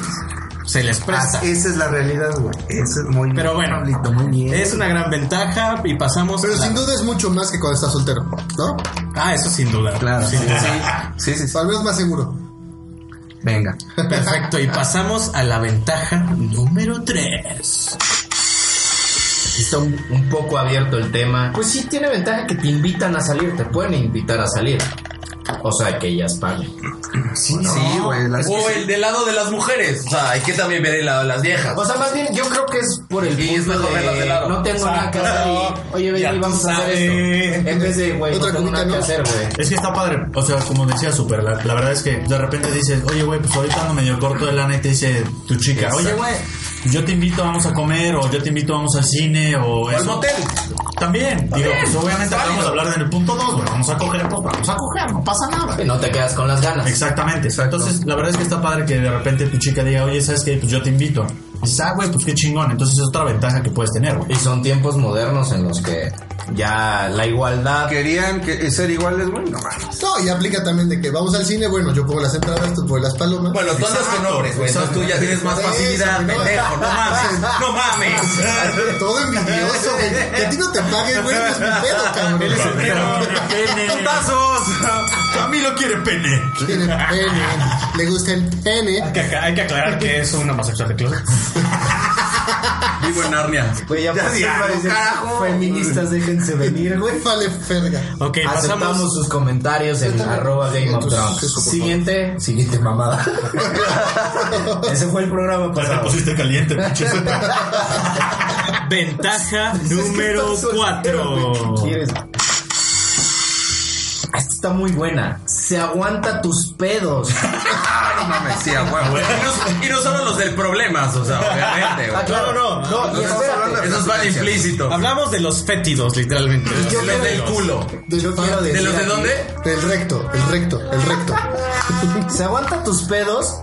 Speaker 6: se les presta.
Speaker 4: Ah, esa es la realidad, güey. Esa es muy
Speaker 6: Pero bueno.
Speaker 4: Pablito, muy bien.
Speaker 8: Eh,
Speaker 6: Es una gran ventaja y pasamos.
Speaker 5: Pero
Speaker 6: a la-
Speaker 5: sin duda es mucho más que cuando estás soltero, ¿no?
Speaker 6: Ah, eso sin duda.
Speaker 4: Claro.
Speaker 6: Sin duda.
Speaker 4: Sí, sí, sí.
Speaker 5: Al menos más seguro.
Speaker 4: Venga.
Speaker 6: Perfecto. Y pasamos a la ventaja número 3.
Speaker 8: Está un, un poco abierto el tema. Pues sí, tiene ventaja que te invitan a salir, te pueden invitar a salir. O sea, que ellas paguen.
Speaker 4: Sí, sí, güey. las-
Speaker 12: O el del lado de las mujeres. O sea, hay que también ver el lado de las viejas.
Speaker 8: O sea, más bien, yo creo que es por el
Speaker 12: Sí, es
Speaker 8: punto
Speaker 12: mejor verlas de lado.
Speaker 8: No tengo nada que hacer y, oye,
Speaker 6: Ya
Speaker 8: baby,
Speaker 6: tú
Speaker 8: vamos a hacer esto. En vez de, güey, no
Speaker 5: Otra cosita,
Speaker 8: tengo nada que
Speaker 5: ¿no?
Speaker 8: hacer, güey.
Speaker 3: Es que está padre. O sea, como decía Super, la, la verdad es que de repente dices, oye, güey, pues ahorita ando medio corto de lana y te dice tu chica, oye, güey, yo te invito, vamos a comer, o yo te invito, vamos al cine, o,
Speaker 12: al
Speaker 3: eso.
Speaker 12: motel.
Speaker 3: También. Digo, pues obviamente
Speaker 12: válido.
Speaker 3: vamos a hablar del punto 2, güey. Vamos a coger, pues vamos a coger, no pasa nada.
Speaker 8: Que no te quedas con las ganas.
Speaker 3: Exactamente. Entonces, la verdad es que está padre que de repente tu chica diga, oye, ¿sabes qué? Pues yo te invito. Y dices, ah, güey, pues qué chingón. Entonces es otra ventaja que puedes tener, güey.
Speaker 8: Y son tiempos modernos en los que ya la igualdad.
Speaker 4: ¿Querían que- ser iguales, güey? No mames.
Speaker 5: No, y aplica también de que vamos al cine, bueno, yo pongo las entradas, tú pones las palomas.
Speaker 12: Bueno, tú andas con hombres, güey. Entonces tú ya tienes más
Speaker 5: Por eso,
Speaker 12: facilidad,
Speaker 5: güey, no.
Speaker 12: pendejo. No mames. No mames.
Speaker 5: Todo envidioso, güey. Que a ti no te paguen, güey, no es mi pedo, cabrón.
Speaker 3: Él es el perro, pene.
Speaker 12: Putazos.
Speaker 3: Camilo quiere pene.
Speaker 5: Tiene pene, le gusta el pene.
Speaker 6: Que acá- hay que aclarar que es un homosexual de closet.
Speaker 12: Vivo en Narnia.
Speaker 8: Güey, ya, pasé
Speaker 4: diablo,
Speaker 8: varias veces.
Speaker 4: carajo.
Speaker 8: Feministas, déjense venir, güey.
Speaker 5: Vale, ferga.
Speaker 6: Ok,
Speaker 8: Ah,
Speaker 6: pasamos.
Speaker 8: Aceptamos sus comentarios en arroba Game of Thrones.
Speaker 5: Eso, por favor.
Speaker 8: Siguiente, siguiente mamada. Ese fue el programa
Speaker 3: Ya te
Speaker 8: pasado.
Speaker 3: pusiste caliente, pinche Z.
Speaker 6: Ventaja
Speaker 8: Es que
Speaker 6: número
Speaker 8: estás soltero, güey,
Speaker 6: 4.
Speaker 8: ¿qué quieres? Esta está muy buena. Se aguanta tus pedos.
Speaker 4: Ah, no mames, sí, a huevo.
Speaker 12: Y no, y no solo los del problemas, o sea, obviamente, güey.
Speaker 8: claro,
Speaker 6: no,
Speaker 8: No, y
Speaker 4: estamos hablando
Speaker 8: espérate.
Speaker 4: de-
Speaker 12: Eso es mal implícito.
Speaker 6: Hablamos de los fétidos, literalmente.
Speaker 8: Y yo
Speaker 12: Los
Speaker 8: quiero-
Speaker 12: del culo.
Speaker 5: Del
Speaker 8: yo
Speaker 5: pan.
Speaker 8: quiero
Speaker 12: ¿De los de
Speaker 8: decir
Speaker 12: dónde?
Speaker 5: Del recto, el recto, el recto.
Speaker 8: aquí, Se aguanta tus pedos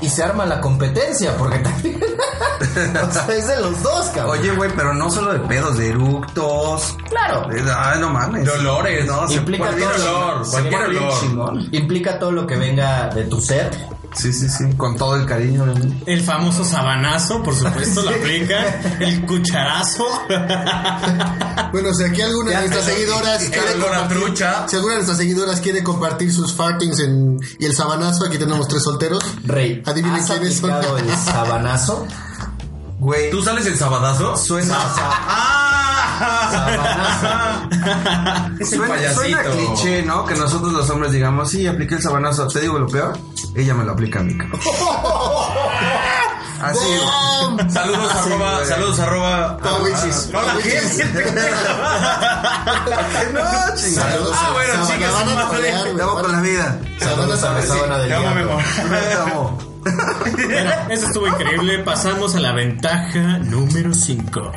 Speaker 8: y se arma la competencia, porque también. o sea, es de los dos, cabrón.
Speaker 4: Oye, güey, pero no solo de pedos, de eructos.
Speaker 8: claro.
Speaker 4: Eh, Ay, no mames.
Speaker 12: Dolores.
Speaker 4: No, se
Speaker 8: Implica
Speaker 4: pone bien
Speaker 8: todo.
Speaker 4: chingón, se
Speaker 12: Cualquier
Speaker 4: pone bien
Speaker 12: olor.
Speaker 4: chingón.
Speaker 8: Implica todo lo que venga de tu ser.
Speaker 4: Sí, sí, sí. Con todo el cariño, obviamente.
Speaker 6: El famoso sabanazo, por supuesto, lo aplica. El cucharazo.
Speaker 5: Bueno, si aquí alguna de nuestras seguidoras quiere
Speaker 12: Era con la trucha.
Speaker 5: Si alguna de nuestras seguidoras quiere compartir sus fartings en, y el sabanazo, aquí tenemos tres solteros.
Speaker 8: Rey, Ah,
Speaker 5: Adivinen
Speaker 8: ¿has
Speaker 5: quiénes son.
Speaker 8: aplicado el sabanazo?
Speaker 4: Güey,
Speaker 12: ¿Tú sales el sabadazo?
Speaker 4: suena,
Speaker 8: Sabanazo.
Speaker 12: Es el
Speaker 4: suena,
Speaker 12: payasito.
Speaker 4: suena cliché, ¿no? Que nosotros los hombres digamos, sí, apliqué el sabanazo. Te digo lo peor, ella me lo aplica a mí. cabrón. Así, güey.
Speaker 5: ¡Bam!
Speaker 12: Saludos arroba,
Speaker 4: güey.
Speaker 12: saludos arroba.
Speaker 5: Pawichis.
Speaker 12: No, la gente.
Speaker 4: No, chingada.
Speaker 5: Saludos
Speaker 12: Ah,
Speaker 5: a-
Speaker 12: bueno,
Speaker 5: sabana-
Speaker 12: chicas,
Speaker 5: van a
Speaker 12: madre.
Speaker 5: torear, güey.
Speaker 4: Estamos con la vida.
Speaker 5: Sabana-
Speaker 8: Saludos a la sábana del
Speaker 12: Cámame,
Speaker 8: diablo.
Speaker 12: amor.
Speaker 4: Te amo.
Speaker 6: Bueno, eso estuvo increíble. Pasamos a la ventaja número 5.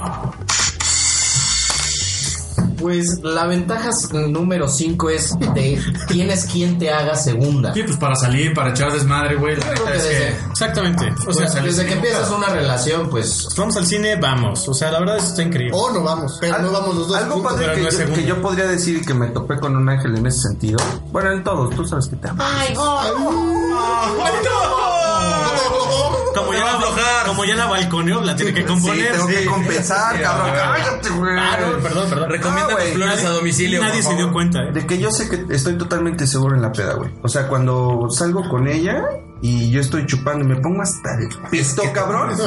Speaker 8: Pues la ventaja s- número 5 es de tienes quien te haga segunda.
Speaker 13: Sí, pues para salir, para echar desmadre, güey. La
Speaker 8: Creo
Speaker 13: neta
Speaker 8: que
Speaker 13: es que.
Speaker 8: desde-
Speaker 6: Exactamente. O sea,
Speaker 8: Pues, desde que empiezas una relación, pues
Speaker 6: vamos al cine, vamos. O sea, la verdad eso está increíble.
Speaker 5: O no vamos, pero no vamos los dos.
Speaker 4: Algo
Speaker 5: juntos.
Speaker 4: padre
Speaker 6: pero
Speaker 4: que,
Speaker 6: no es
Speaker 4: yo,
Speaker 6: segundo.
Speaker 4: que yo podría decir que me topé con un ángel en ese sentido. Bueno, en todos, tú sabes que te amo.
Speaker 5: Oh,
Speaker 6: Como ya, la, como ya la balconeó, la tiene que
Speaker 4: Sí,
Speaker 6: componer.
Speaker 4: tengo que compensar, cabrón. Cállate, güey.
Speaker 6: Ah, no, perdón, perdón.
Speaker 4: Recomienda tus
Speaker 6: Ah, güey.
Speaker 4: flores
Speaker 6: Nadie-
Speaker 13: a domicilio,
Speaker 6: Nadie
Speaker 13: por
Speaker 6: se dio
Speaker 13: favor.
Speaker 6: cuenta, ¿eh?
Speaker 4: De que yo sé que estoy totalmente seguro en la peda, güey. O sea, cuando salgo con ella y yo estoy chupando y me pongo hasta el pisto, cabrón. Y,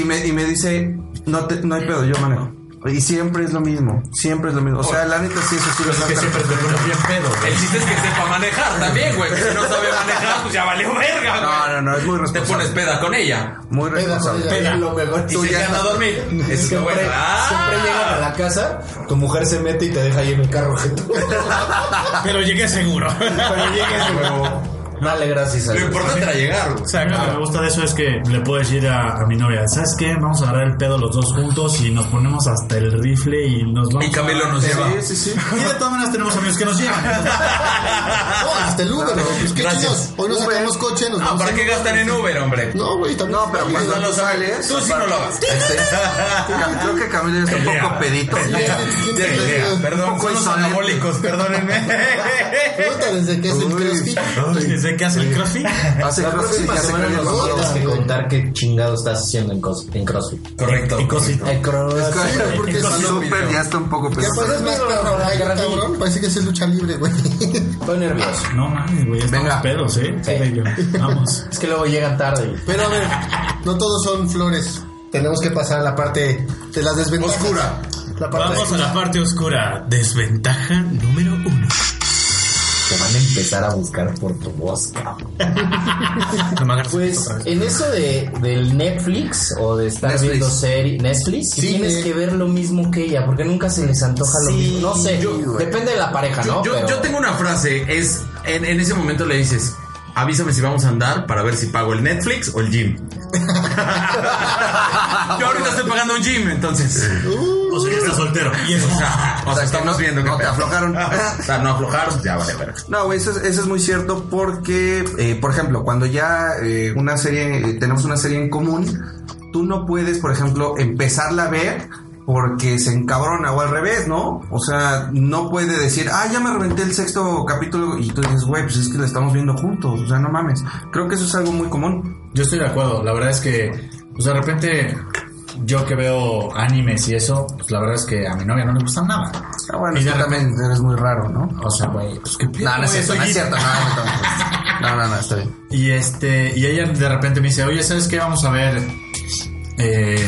Speaker 4: y me, y me dice, no, te- no hay pedo, yo manejo. Y siempre es lo mismo, siempre es lo mismo. O sea, la neta sí, eso sí lo
Speaker 13: Que siempre te pones bien pedo, güey.
Speaker 14: El chiste es que sepa manejar también, güey. Si no sabe manejar, pues ya valió verga, güey.
Speaker 4: No, no, no, es muy
Speaker 14: Te pones
Speaker 4: responsable.
Speaker 14: peda con ella.
Speaker 4: Muy
Speaker 5: Peda con
Speaker 4: responsable.
Speaker 5: ella, es Lo mejor.
Speaker 14: Y se quedan a dormir. Eso es lo
Speaker 8: siempre,
Speaker 14: bueno.
Speaker 8: siempre llegan a
Speaker 14: ¡Ah!
Speaker 8: la casa, tu mujer se mete y te deja ahí en el carro. gente.
Speaker 3: Ah,
Speaker 6: Pero llegué seguro.
Speaker 8: Pero llegas, Dale, gracias
Speaker 13: Lo
Speaker 8: a Dios.
Speaker 13: importante era llegar, güey.
Speaker 6: O sea,
Speaker 3: A mí lo que me gusta de eso es que le puedo decir a, a mi novia, ¿sabes qué? Vamos a agarrar el pedo los dos juntos y nos ponemos hasta el rifle y nos vamos.
Speaker 13: Y Camilo nos
Speaker 4: Sí,
Speaker 13: lleva.
Speaker 4: sí, sí.
Speaker 3: Y de todas maneras tenemos amigos que nos llevan.
Speaker 5: No, oh, hasta el Uber, güey. Pues, ¿qué chingados? Hoy no sacamos coche, nos
Speaker 13: Ah,
Speaker 5: vamos
Speaker 13: ¿para
Speaker 5: en
Speaker 13: qué
Speaker 5: Uber.
Speaker 13: gastan en Uber, hombre?
Speaker 5: No, güey, también.
Speaker 4: No, pero
Speaker 5: está
Speaker 4: cuando
Speaker 5: bien.
Speaker 4: lo sales,
Speaker 13: Tú sí no lo hagas.
Speaker 4: Cam- Creo que Camilo ya está un poco pedito.
Speaker 13: Ya, ya, ya. Perdón, son los anabólicos, perdónenme.
Speaker 5: Puta, desde que es el
Speaker 4: Uy.
Speaker 5: CrossFit.
Speaker 6: Desde que hace el crossfit.
Speaker 4: Hace
Speaker 8: La
Speaker 4: crossfit y
Speaker 8: próxima
Speaker 4: hace
Speaker 8: semana
Speaker 4: cardio
Speaker 8: nos
Speaker 4: con
Speaker 8: tienes
Speaker 4: todo.
Speaker 8: que contar qué chingado estás haciendo en, cos- en CrossFit.
Speaker 13: Correcto.
Speaker 4: Es
Speaker 8: El
Speaker 4: que-
Speaker 8: CrossFit. Pues
Speaker 4: porque
Speaker 5: Es
Speaker 4: es súper, ya está un poco
Speaker 5: ¿Qué
Speaker 4: pesado.
Speaker 5: pasa? más perro, gallo, cabrón? Parece que es lucha libre, güey.
Speaker 8: Estoy nervioso.
Speaker 3: No mames, güey, estamos
Speaker 4: Venga.
Speaker 3: pedos, ¿eh?
Speaker 8: Sí.
Speaker 3: Venga, Vamos.
Speaker 8: Es que luego llegan tarde.
Speaker 5: Pero a ver, no todos son flores. Tenemos que pasar a la parte de las desventajas. Oscura. La parte
Speaker 6: Vamos a la parte oscura. Desventaja número uno.
Speaker 8: Te van a empezar a buscar por tu voz, cabrón.
Speaker 6: No me hagas
Speaker 8: Pues
Speaker 6: esto otra vez.
Speaker 8: en eso de, del Netflix o de estar
Speaker 4: Netflix.
Speaker 8: viendo series, Netflix,
Speaker 5: Sí,
Speaker 8: tienes
Speaker 5: eh.
Speaker 8: que ver lo mismo que ella, porque nunca se les antoja lo mismo. No sé, depende de la pareja,
Speaker 13: Yo,
Speaker 8: ¿no?
Speaker 13: yo-
Speaker 8: Pero-
Speaker 13: yo tengo una frase, es en, en ese momento le dices, avísame si vamos a andar para ver si pago el Netflix o el gym. yo ahorita estoy pagando un gym, entonces.
Speaker 4: Uh.
Speaker 3: O sea, ya está soltero. Y eso.
Speaker 13: O sea, o sea, estamos viendo que
Speaker 4: no te
Speaker 13: pedo.
Speaker 4: aflojaron.
Speaker 13: O sea, no aflojaron, pues ya vale, verga.
Speaker 4: No, güey, eso, es, eso es muy cierto porque, eh, por ejemplo, cuando ya eh, una serie, eh, tenemos una serie en común, tú no puedes, por ejemplo, empezarla a ver porque se encabrona o al revés, ¿no? O sea, no puede decir, ah, ya me reventé el sexto capítulo y tú dices, güey, pues es que la estamos viendo juntos, o sea, no mames. Creo que eso es algo muy común.
Speaker 3: Yo estoy de acuerdo. La verdad es que, pues de repente, yo que veo animes y eso, pues la verdad es que a mi novia no le gusta nada.
Speaker 4: Ah, bueno,
Speaker 3: Y
Speaker 4: es
Speaker 3: de
Speaker 4: que también eres muy raro, ¿no?
Speaker 3: O sea, güey, pues qué pedo.
Speaker 4: No, no es
Speaker 3: güey,
Speaker 4: cierto,
Speaker 3: soy
Speaker 4: no es
Speaker 3: geek.
Speaker 4: cierto, no, no, no, no, no, no, está bien.
Speaker 3: Y este, y ella de repente me dice, oye, ¿sabes qué? Vamos a ver eh,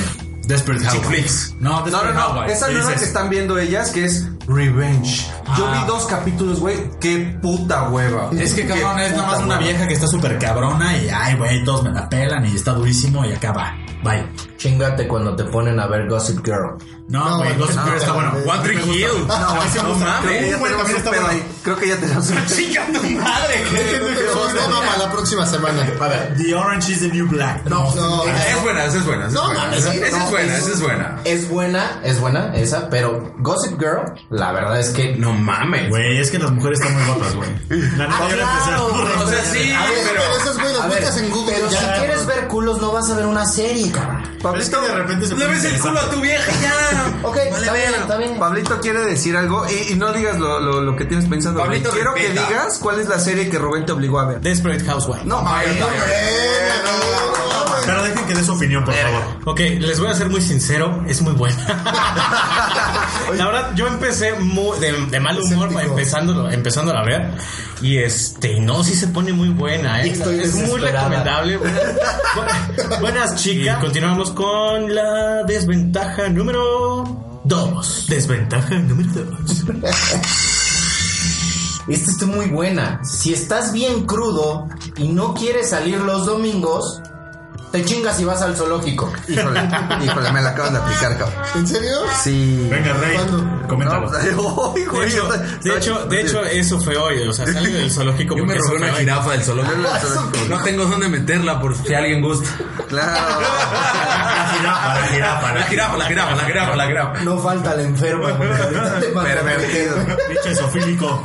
Speaker 3: Desperate Housewives. No,
Speaker 4: No,
Speaker 3: Desperate
Speaker 4: no, no,
Speaker 3: Housewives.
Speaker 4: esa
Speaker 3: Y
Speaker 4: no es la
Speaker 3: dices,
Speaker 4: que están viendo ellas, que es Revenge. Yo
Speaker 3: Ah.
Speaker 4: vi dos capítulos, güey, qué puta hueva.
Speaker 3: Es que cabrón,
Speaker 4: Qué
Speaker 3: es nada
Speaker 4: puta
Speaker 3: más una
Speaker 4: hueva.
Speaker 3: vieja que está súper cabrona y ay, güey, todos me la pelan y está durísimo y acaba. Bye.
Speaker 8: Chingate cuando te ponen a ver Gossip Girl.
Speaker 3: No, güey, no,
Speaker 4: no,
Speaker 3: está
Speaker 4: no,
Speaker 3: bueno.
Speaker 4: no,
Speaker 3: One Trick Hill. No,
Speaker 4: güey,
Speaker 3: ese me
Speaker 4: no
Speaker 3: gusta.
Speaker 4: mames.
Speaker 3: Creo que
Speaker 4: Creo
Speaker 3: ya
Speaker 4: que
Speaker 3: tenemos un
Speaker 4: ya tenemos un
Speaker 3: pedo ahí.
Speaker 4: ahí. Creo que ya tenemos un pedo.
Speaker 3: Chica tu madre,
Speaker 5: Pero es tema para la próxima semana.
Speaker 3: A ver, The Orange is the New Black.
Speaker 5: No,
Speaker 13: Es buena, esa es buena. Esa
Speaker 5: No,
Speaker 13: es buena,
Speaker 5: mames,
Speaker 13: esa,
Speaker 5: sí,
Speaker 13: esa
Speaker 5: no,
Speaker 13: es buena,
Speaker 5: es-
Speaker 13: esa es buena.
Speaker 8: Es buena, es buena esa, pero Gossip Girl, la verdad es que
Speaker 13: No mames.
Speaker 3: Güey, es que las mujeres están muy guapas, güey. La neta, yo la empecé a-
Speaker 8: claro, güey.
Speaker 13: O sea, sí,
Speaker 5: A ver,
Speaker 13: pero...
Speaker 5: pero esas güey las
Speaker 8: A ver,
Speaker 5: buscas en Google.
Speaker 8: pero
Speaker 5: ya.
Speaker 8: si quieres ver culos no vas a ver una serie, cabrón.
Speaker 3: Es que de repente se
Speaker 13: Le
Speaker 3: pone
Speaker 13: ves el culo
Speaker 3: interesante.
Speaker 13: a tu vieja ya.
Speaker 8: Ok, está bien, está bien.
Speaker 4: Pablito quiere decir algo y, y no digas lo, lo- lo que tienes pensado. güey.
Speaker 13: Pablito,
Speaker 4: quiero
Speaker 13: respeta.
Speaker 4: que digas cuál es la serie que Rubén te obligó a ver.
Speaker 6: Desperate Housewives.
Speaker 4: No, mames.
Speaker 3: Pero dejen que dé su opinión, por favor.
Speaker 6: Ok, les voy a ser muy sincero, es muy buena. la verdad, yo empecé muy- de, de mal humor empezando, empezando a ver. Y este, y no, sí se pone muy buena, ¿eh?
Speaker 8: Estoy
Speaker 6: es muy
Speaker 8: desesperada.
Speaker 6: recomendable. Bu- Buenas chicas. Y continuamos con la desventaja número 2. Desventaja número 2.
Speaker 8: Esta está muy buena. Si estás bien crudo y no quieres salir los domingos, te chingas y vas al zoológico.
Speaker 4: Híjole, híjole, me la acaban de aplicar, cabrón.
Speaker 5: ¿En serio?
Speaker 8: Ah,
Speaker 4: Sí.
Speaker 3: Venga, Rey,
Speaker 5: ¿Cuándo?
Speaker 3: coméntalo.
Speaker 4: No, ay,
Speaker 6: De
Speaker 4: güey,
Speaker 6: hecho,
Speaker 4: está-
Speaker 6: de hecho, de hecho, eso fue hoy. O sea, salí del zoológico
Speaker 13: Yo me
Speaker 6: porque eso
Speaker 13: robé
Speaker 6: fue
Speaker 13: una
Speaker 6: hoy.
Speaker 13: jirafa del zoológico. No tengo dónde meterla por si alguien gusta.
Speaker 4: Claro.
Speaker 13: La
Speaker 3: jirafa, la
Speaker 15: La
Speaker 3: jirafa,
Speaker 15: jirafa, la jirafa, la jirafa, la jirafa.
Speaker 8: No falta la enferma. güey.
Speaker 15: Pervertido.
Speaker 3: Pinche sofílico.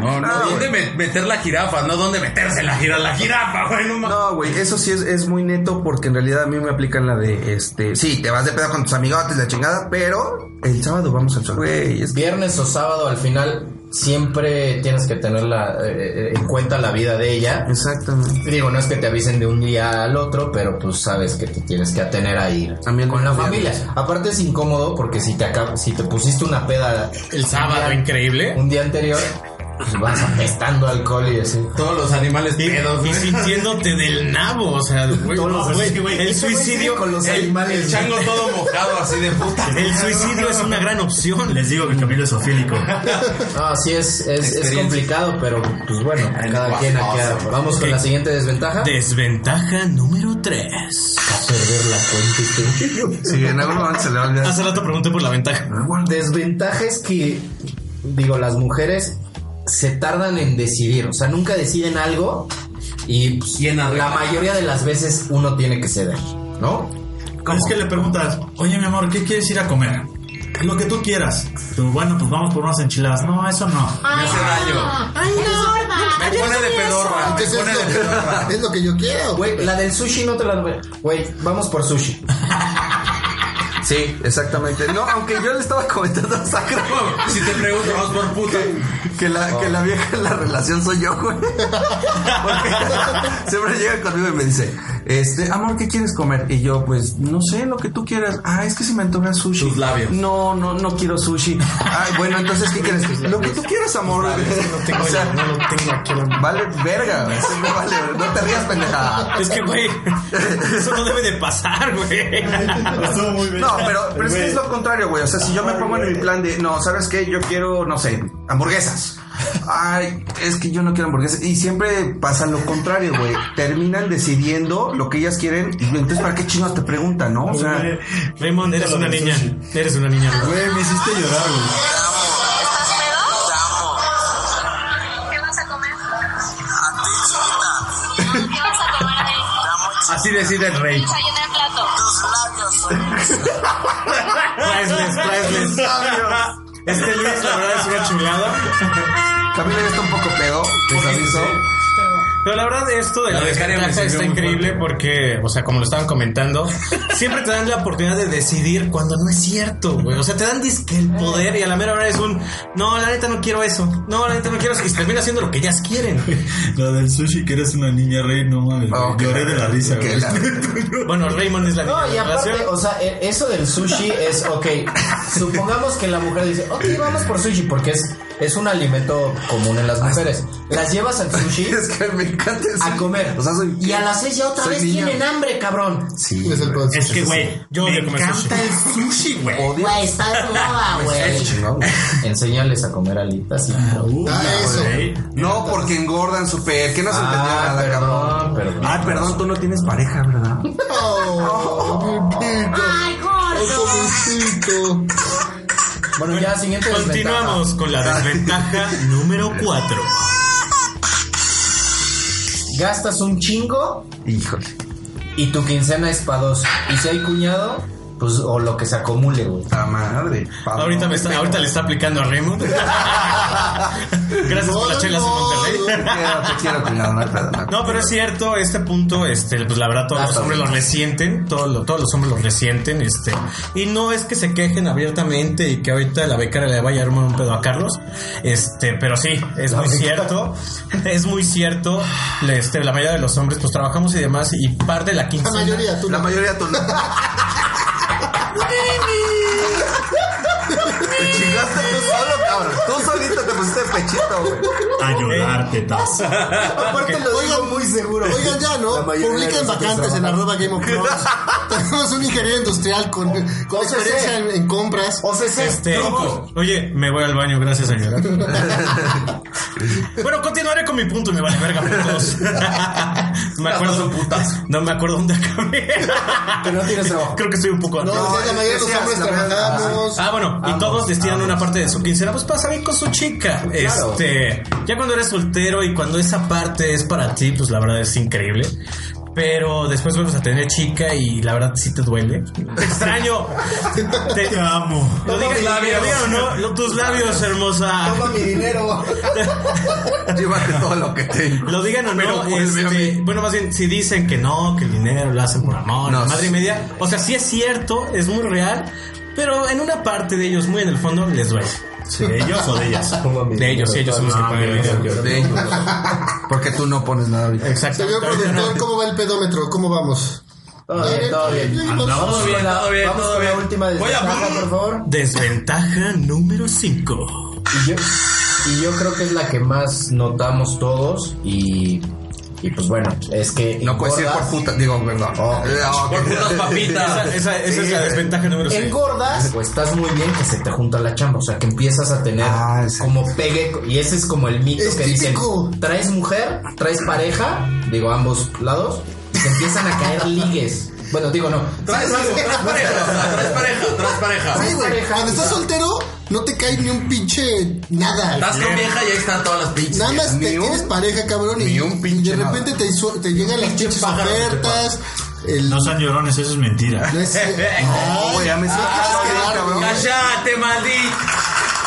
Speaker 15: No,
Speaker 4: Ah,
Speaker 15: no, ¿dónde me- meter la jirafa? No, ¿dónde meterse la jirafa? La jirafa, güey, no mames.
Speaker 4: No, güey, eso sí es, es muy neto porque en realidad a mí me aplican la de, este, sí, te vas de pedo con tus amigotes, la chingada, pero el sábado vamos al sol. Güey, es que...
Speaker 8: Viernes o sábado al final siempre tienes que tener la, eh, eh, en cuenta la vida de ella.
Speaker 4: Exactamente.
Speaker 8: Digo, no es que te avisen de un día al otro, pero pues sabes que te tienes que atener ahí
Speaker 4: A mí el
Speaker 8: con la
Speaker 4: mismo día,
Speaker 8: familia. Aparte es incómodo porque si te acab- si te pusiste una peda
Speaker 6: El sábado, increíble.
Speaker 8: un día anterior, pues vas apestando alcohol y así.
Speaker 7: Todos los animales
Speaker 6: Y,
Speaker 7: pedos.
Speaker 6: y
Speaker 7: güey.
Speaker 6: sintiéndote del nabo, o sea, güey,
Speaker 8: Todos
Speaker 6: no,
Speaker 8: los-
Speaker 6: güey, el
Speaker 8: Eso, güey,
Speaker 6: suicidio
Speaker 8: con los animales.
Speaker 7: El chango todo mojado así de puta.
Speaker 6: El suicidio es una gran opción.
Speaker 3: Les digo que Camilo es sofílico.
Speaker 8: No, sí es, es, es complicado, pero pues bueno, cada quien aquí.
Speaker 6: pues
Speaker 8: Vamos con la siguiente desventaja.
Speaker 6: Desventaja número 3.
Speaker 8: perder la cuenta. este.
Speaker 4: Sí, en algún momento se le va a olvidar.
Speaker 6: Hace rato pregunté por la ventaja.
Speaker 8: Desventaja es que, digo, las mujeres se tardan en decidir, o sea, nunca deciden algo y, pues,
Speaker 7: Y en
Speaker 8: la
Speaker 7: arreglar.
Speaker 8: mayoría de las veces uno tiene que ceder, ¿no?
Speaker 3: Es que le preguntas, oye mi amor, ¿qué quieres ir a comer? Lo que tú quieras. Tú, bueno, pues vamos por unas enchiladas. No, eso no.
Speaker 7: Me hace daño.
Speaker 16: Ay, no.
Speaker 7: Me pone de pedorra.
Speaker 5: ¿Qué
Speaker 7: Me
Speaker 5: es
Speaker 7: pone de
Speaker 5: eso?
Speaker 7: pedorra.
Speaker 5: Es lo que yo quiero, güey.
Speaker 8: Güey, la del sushi no te la... Güey, vamos por sushi.
Speaker 4: Sí, exactamente. No, aunque yo le estaba comentando a Sacro
Speaker 7: Si te pregunto, vamos por puta.
Speaker 4: que la, que la vieja en la relación soy yo, güey. Porque siempre llega conmigo y me dice, este, amor, ¿qué quieres comer? Y yo, pues, no sé, lo que tú quieras. Ah, es que se me antoja sushi.
Speaker 7: Tus labios.
Speaker 4: No, no, no quiero sushi. Ay, bueno, entonces, ¿qué quieres? Lo que tú quieras, amor. o sea, Vale, verga. güey. Sí, me vale, güey. no te rías, pendeja.
Speaker 6: Es que, güey, eso no debe de pasar, güey.
Speaker 3: Estuvo muy bien.
Speaker 4: No, pero, pero es que es lo contrario, güey. O sea, si yo me pongo en mi plan de, no, ¿sabes qué? Yo quiero, no sé, hamburguesas. Ay, es que yo no quiero hamburguesas. Y siempre pasa lo contrario, güey. Terminan decidiendo lo que ellas quieren. Y entonces, ¿para qué chinos te preguntan, no? O sea,
Speaker 6: Raymond, eres una niña. Eres una niña, güey.
Speaker 3: Güey, me hiciste llorar, güey.
Speaker 16: ¿Estás pedo? ¿Qué vas a comer? ¿Qué vas a comer, Adri?
Speaker 7: Así decide el rey.
Speaker 16: Desayuno en plato.
Speaker 6: Priceless, priceless. Este Luis, la verdad, pues, es una chulada.
Speaker 4: Camila ya está un poco pedo, les aviso.
Speaker 6: Pero la verdad, esto de la,
Speaker 7: La de Karen me sirvió
Speaker 6: desventaja está
Speaker 7: muy
Speaker 6: increíble porque, o sea, como lo estaban comentando, siempre te dan la oportunidad de decidir cuando no es cierto, güey. O sea, te dan disque el poder y a la mera hora es un, no, la neta no quiero eso. No, la neta no quiero eso. Y termina haciendo lo que ellas quieren.
Speaker 3: Lo del sushi, que eres una niña rey, no mames.
Speaker 4: Ah,
Speaker 3: güey.
Speaker 4: ok.
Speaker 3: Lloré de la risa,
Speaker 4: Que
Speaker 3: güey.
Speaker 4: la-
Speaker 6: Bueno, Raymond es la niña
Speaker 8: No,
Speaker 6: de
Speaker 8: y
Speaker 6: la
Speaker 8: aparte,
Speaker 6: relación.
Speaker 8: o sea, e- eso del sushi es, ok, supongamos que la mujer dice, ok, vamos por sushi, porque es, es un alimento común en las mujeres. Las llevas al sushi
Speaker 4: Es que me encanta eso.
Speaker 8: a comer.
Speaker 4: O sea, soy-
Speaker 8: y a las seis ya otra
Speaker 4: soy
Speaker 8: vez
Speaker 4: niño.
Speaker 8: tienen hambre, cabrón.
Speaker 4: Sí.
Speaker 5: Es el proceso.
Speaker 6: Es que, güey, yo odio comer sushi.
Speaker 3: el sushi, güey.
Speaker 8: Güey, está de moda, güey.
Speaker 4: chingado, güey.
Speaker 8: Enséñales a comer alitas.
Speaker 5: Ah, eso.
Speaker 4: No, porque engordan súper. Que no se entendió
Speaker 8: Ah,
Speaker 4: nada, cabrón.
Speaker 8: perdón, perdón.
Speaker 4: Ah, perdón, tú no tienes pareja, ¿verdad?
Speaker 5: Oh, bebito.
Speaker 16: Ay, gordo.
Speaker 5: pobrecito.
Speaker 8: Bueno, ya, siguiente
Speaker 6: Continuamos con la desventaja número 4.
Speaker 8: desventaja. Gastas un chingo
Speaker 4: Híjole.
Speaker 8: y tu quincena es para dos. Y si hay cuñado, pues, o lo que se acumule, güey.
Speaker 4: La madre. Pablo.
Speaker 6: Ahorita, me está, ahorita le está aplicando a Raymond. Gracias por las chelas en Monterrey.
Speaker 4: Te quiero, te quiero, cuidado, no hay pedo, no hay
Speaker 6: No, pero es cierto, este punto, este, pues la verdad todos los hombres lo resienten, todos, lo- todos los hombres lo resienten, este, y no es que se quejen abiertamente y que ahorita la becara le vaya a armar un pedo a Carlos, este, pero sí, es muy cierto, es muy cierto, le- este, la mayoría de los hombres pues trabajamos y demás y parte de la
Speaker 5: La
Speaker 6: quincena
Speaker 5: mayoría, tú
Speaker 4: La
Speaker 5: no.
Speaker 4: mayoría tú no. Te chingaste tú solo, cabrón. Tú solito te pusiste pechito, güey.
Speaker 3: A
Speaker 6: Eh.
Speaker 3: llorar, tetas.
Speaker 5: Aparte lo digo muy seguro. Oigan ya, ¿no? Publiquen vacantes en arroba Game of Thrones. Tenemos un ingeniero industrial con, con experiencia en, en compras.
Speaker 8: O sea, es
Speaker 6: Este, oye, me voy al baño, gracias señora. bueno, continuaré con mi punto, me vale verga putos. me acuerdo putas. No me acuerdo dónde acabé.
Speaker 8: que no tienes trabajo.
Speaker 6: Creo que estoy un poco
Speaker 5: No,
Speaker 6: antes.
Speaker 5: o sea, la mayoría de los
Speaker 4: decías,
Speaker 5: hombres
Speaker 4: la verdad.
Speaker 5: trabajamos.
Speaker 6: Ah, bueno, y todos destinan una parte de su quincena pues para salir con su chica.
Speaker 8: Claro.
Speaker 6: Este, ya cuando eres soltero y cuando esa parte es para ti, pues la verdad es increíble. pero después vuelves a tener chica y la verdad sí te duele. Te extraño. Te, amo. Lo digas,
Speaker 17: Toma mis
Speaker 6: lo digas o
Speaker 17: labios.
Speaker 6: no, lo- tus labios, hermosa.
Speaker 5: Toma mi dinero.
Speaker 4: Llévate todo lo que tengo.
Speaker 6: Lo digan o
Speaker 4: Pero
Speaker 6: no,
Speaker 4: vuelve a
Speaker 6: este,
Speaker 4: mí.
Speaker 6: bueno, más bien, si dicen que no, que el dinero lo hacen por amor,
Speaker 4: No,
Speaker 6: madre
Speaker 4: sí.
Speaker 6: y media, o sea, sí es cierto, es muy real, pero en una parte de ellos, muy en el fondo, les duele. ¿De ellos o de ellas? De ellos, sí, ellos son los que pagan
Speaker 4: Ah,
Speaker 6: el dinero.
Speaker 4: De ellos. Porque tú no pones nada ahorita.
Speaker 6: Exacto.
Speaker 5: Señor productor, ¿cómo va el pedómetro? ¿Cómo vamos?
Speaker 8: Todo bien, todo bien.
Speaker 17: Todo bien, todo bien,
Speaker 8: Vamos
Speaker 17: todo
Speaker 8: con la
Speaker 17: bien.
Speaker 8: última
Speaker 17: Voy a-
Speaker 8: desventaja, por favor.
Speaker 6: Desventaja número 5.
Speaker 8: Y yo, y yo creo que es la que más notamos todos y, y pues bueno, es que
Speaker 4: No puedes ir por
Speaker 8: engordas,
Speaker 4: puta. Digo, perdón. Ah,
Speaker 8: Oh.
Speaker 4: No,
Speaker 17: Por
Speaker 4: que-
Speaker 17: putas
Speaker 6: Esa,
Speaker 17: papitas.
Speaker 6: esa- esa es la
Speaker 4: Sí.
Speaker 6: desventaja número 5.
Speaker 8: engordas o "Pues, estás muy bien que se te junta la chamba, o sea que empiezas a tener
Speaker 4: Ah, sí.
Speaker 8: como pegue y ese es como el mito
Speaker 5: Es
Speaker 8: que
Speaker 5: típico.
Speaker 8: dicen, traes mujer, traes pareja, digo ambos lados, y te empiezan a caer ligues. Bueno, digo no,
Speaker 17: Traes algo, traes pareja, o sea, traes pareja, traes pareja.
Speaker 5: Sí, güey.
Speaker 8: pareja,
Speaker 5: Cuando estás
Speaker 8: o sea.
Speaker 5: soltero, no te cae ni un pinche nada.
Speaker 17: Estás con vieja y ahí están todas las pinches.
Speaker 5: Nada más
Speaker 4: Ni
Speaker 5: te
Speaker 4: un-
Speaker 5: tienes pareja, cabrón,
Speaker 4: ni
Speaker 5: y,
Speaker 4: un pinche
Speaker 5: y de repente te, su- te llegan las pinches
Speaker 17: pájaro que te
Speaker 5: ofertas. El,
Speaker 3: No sean llorones, eso es mentira.
Speaker 5: no es-
Speaker 4: No, güey, ya me siento bien, cabrón.
Speaker 17: Cállate, maldito.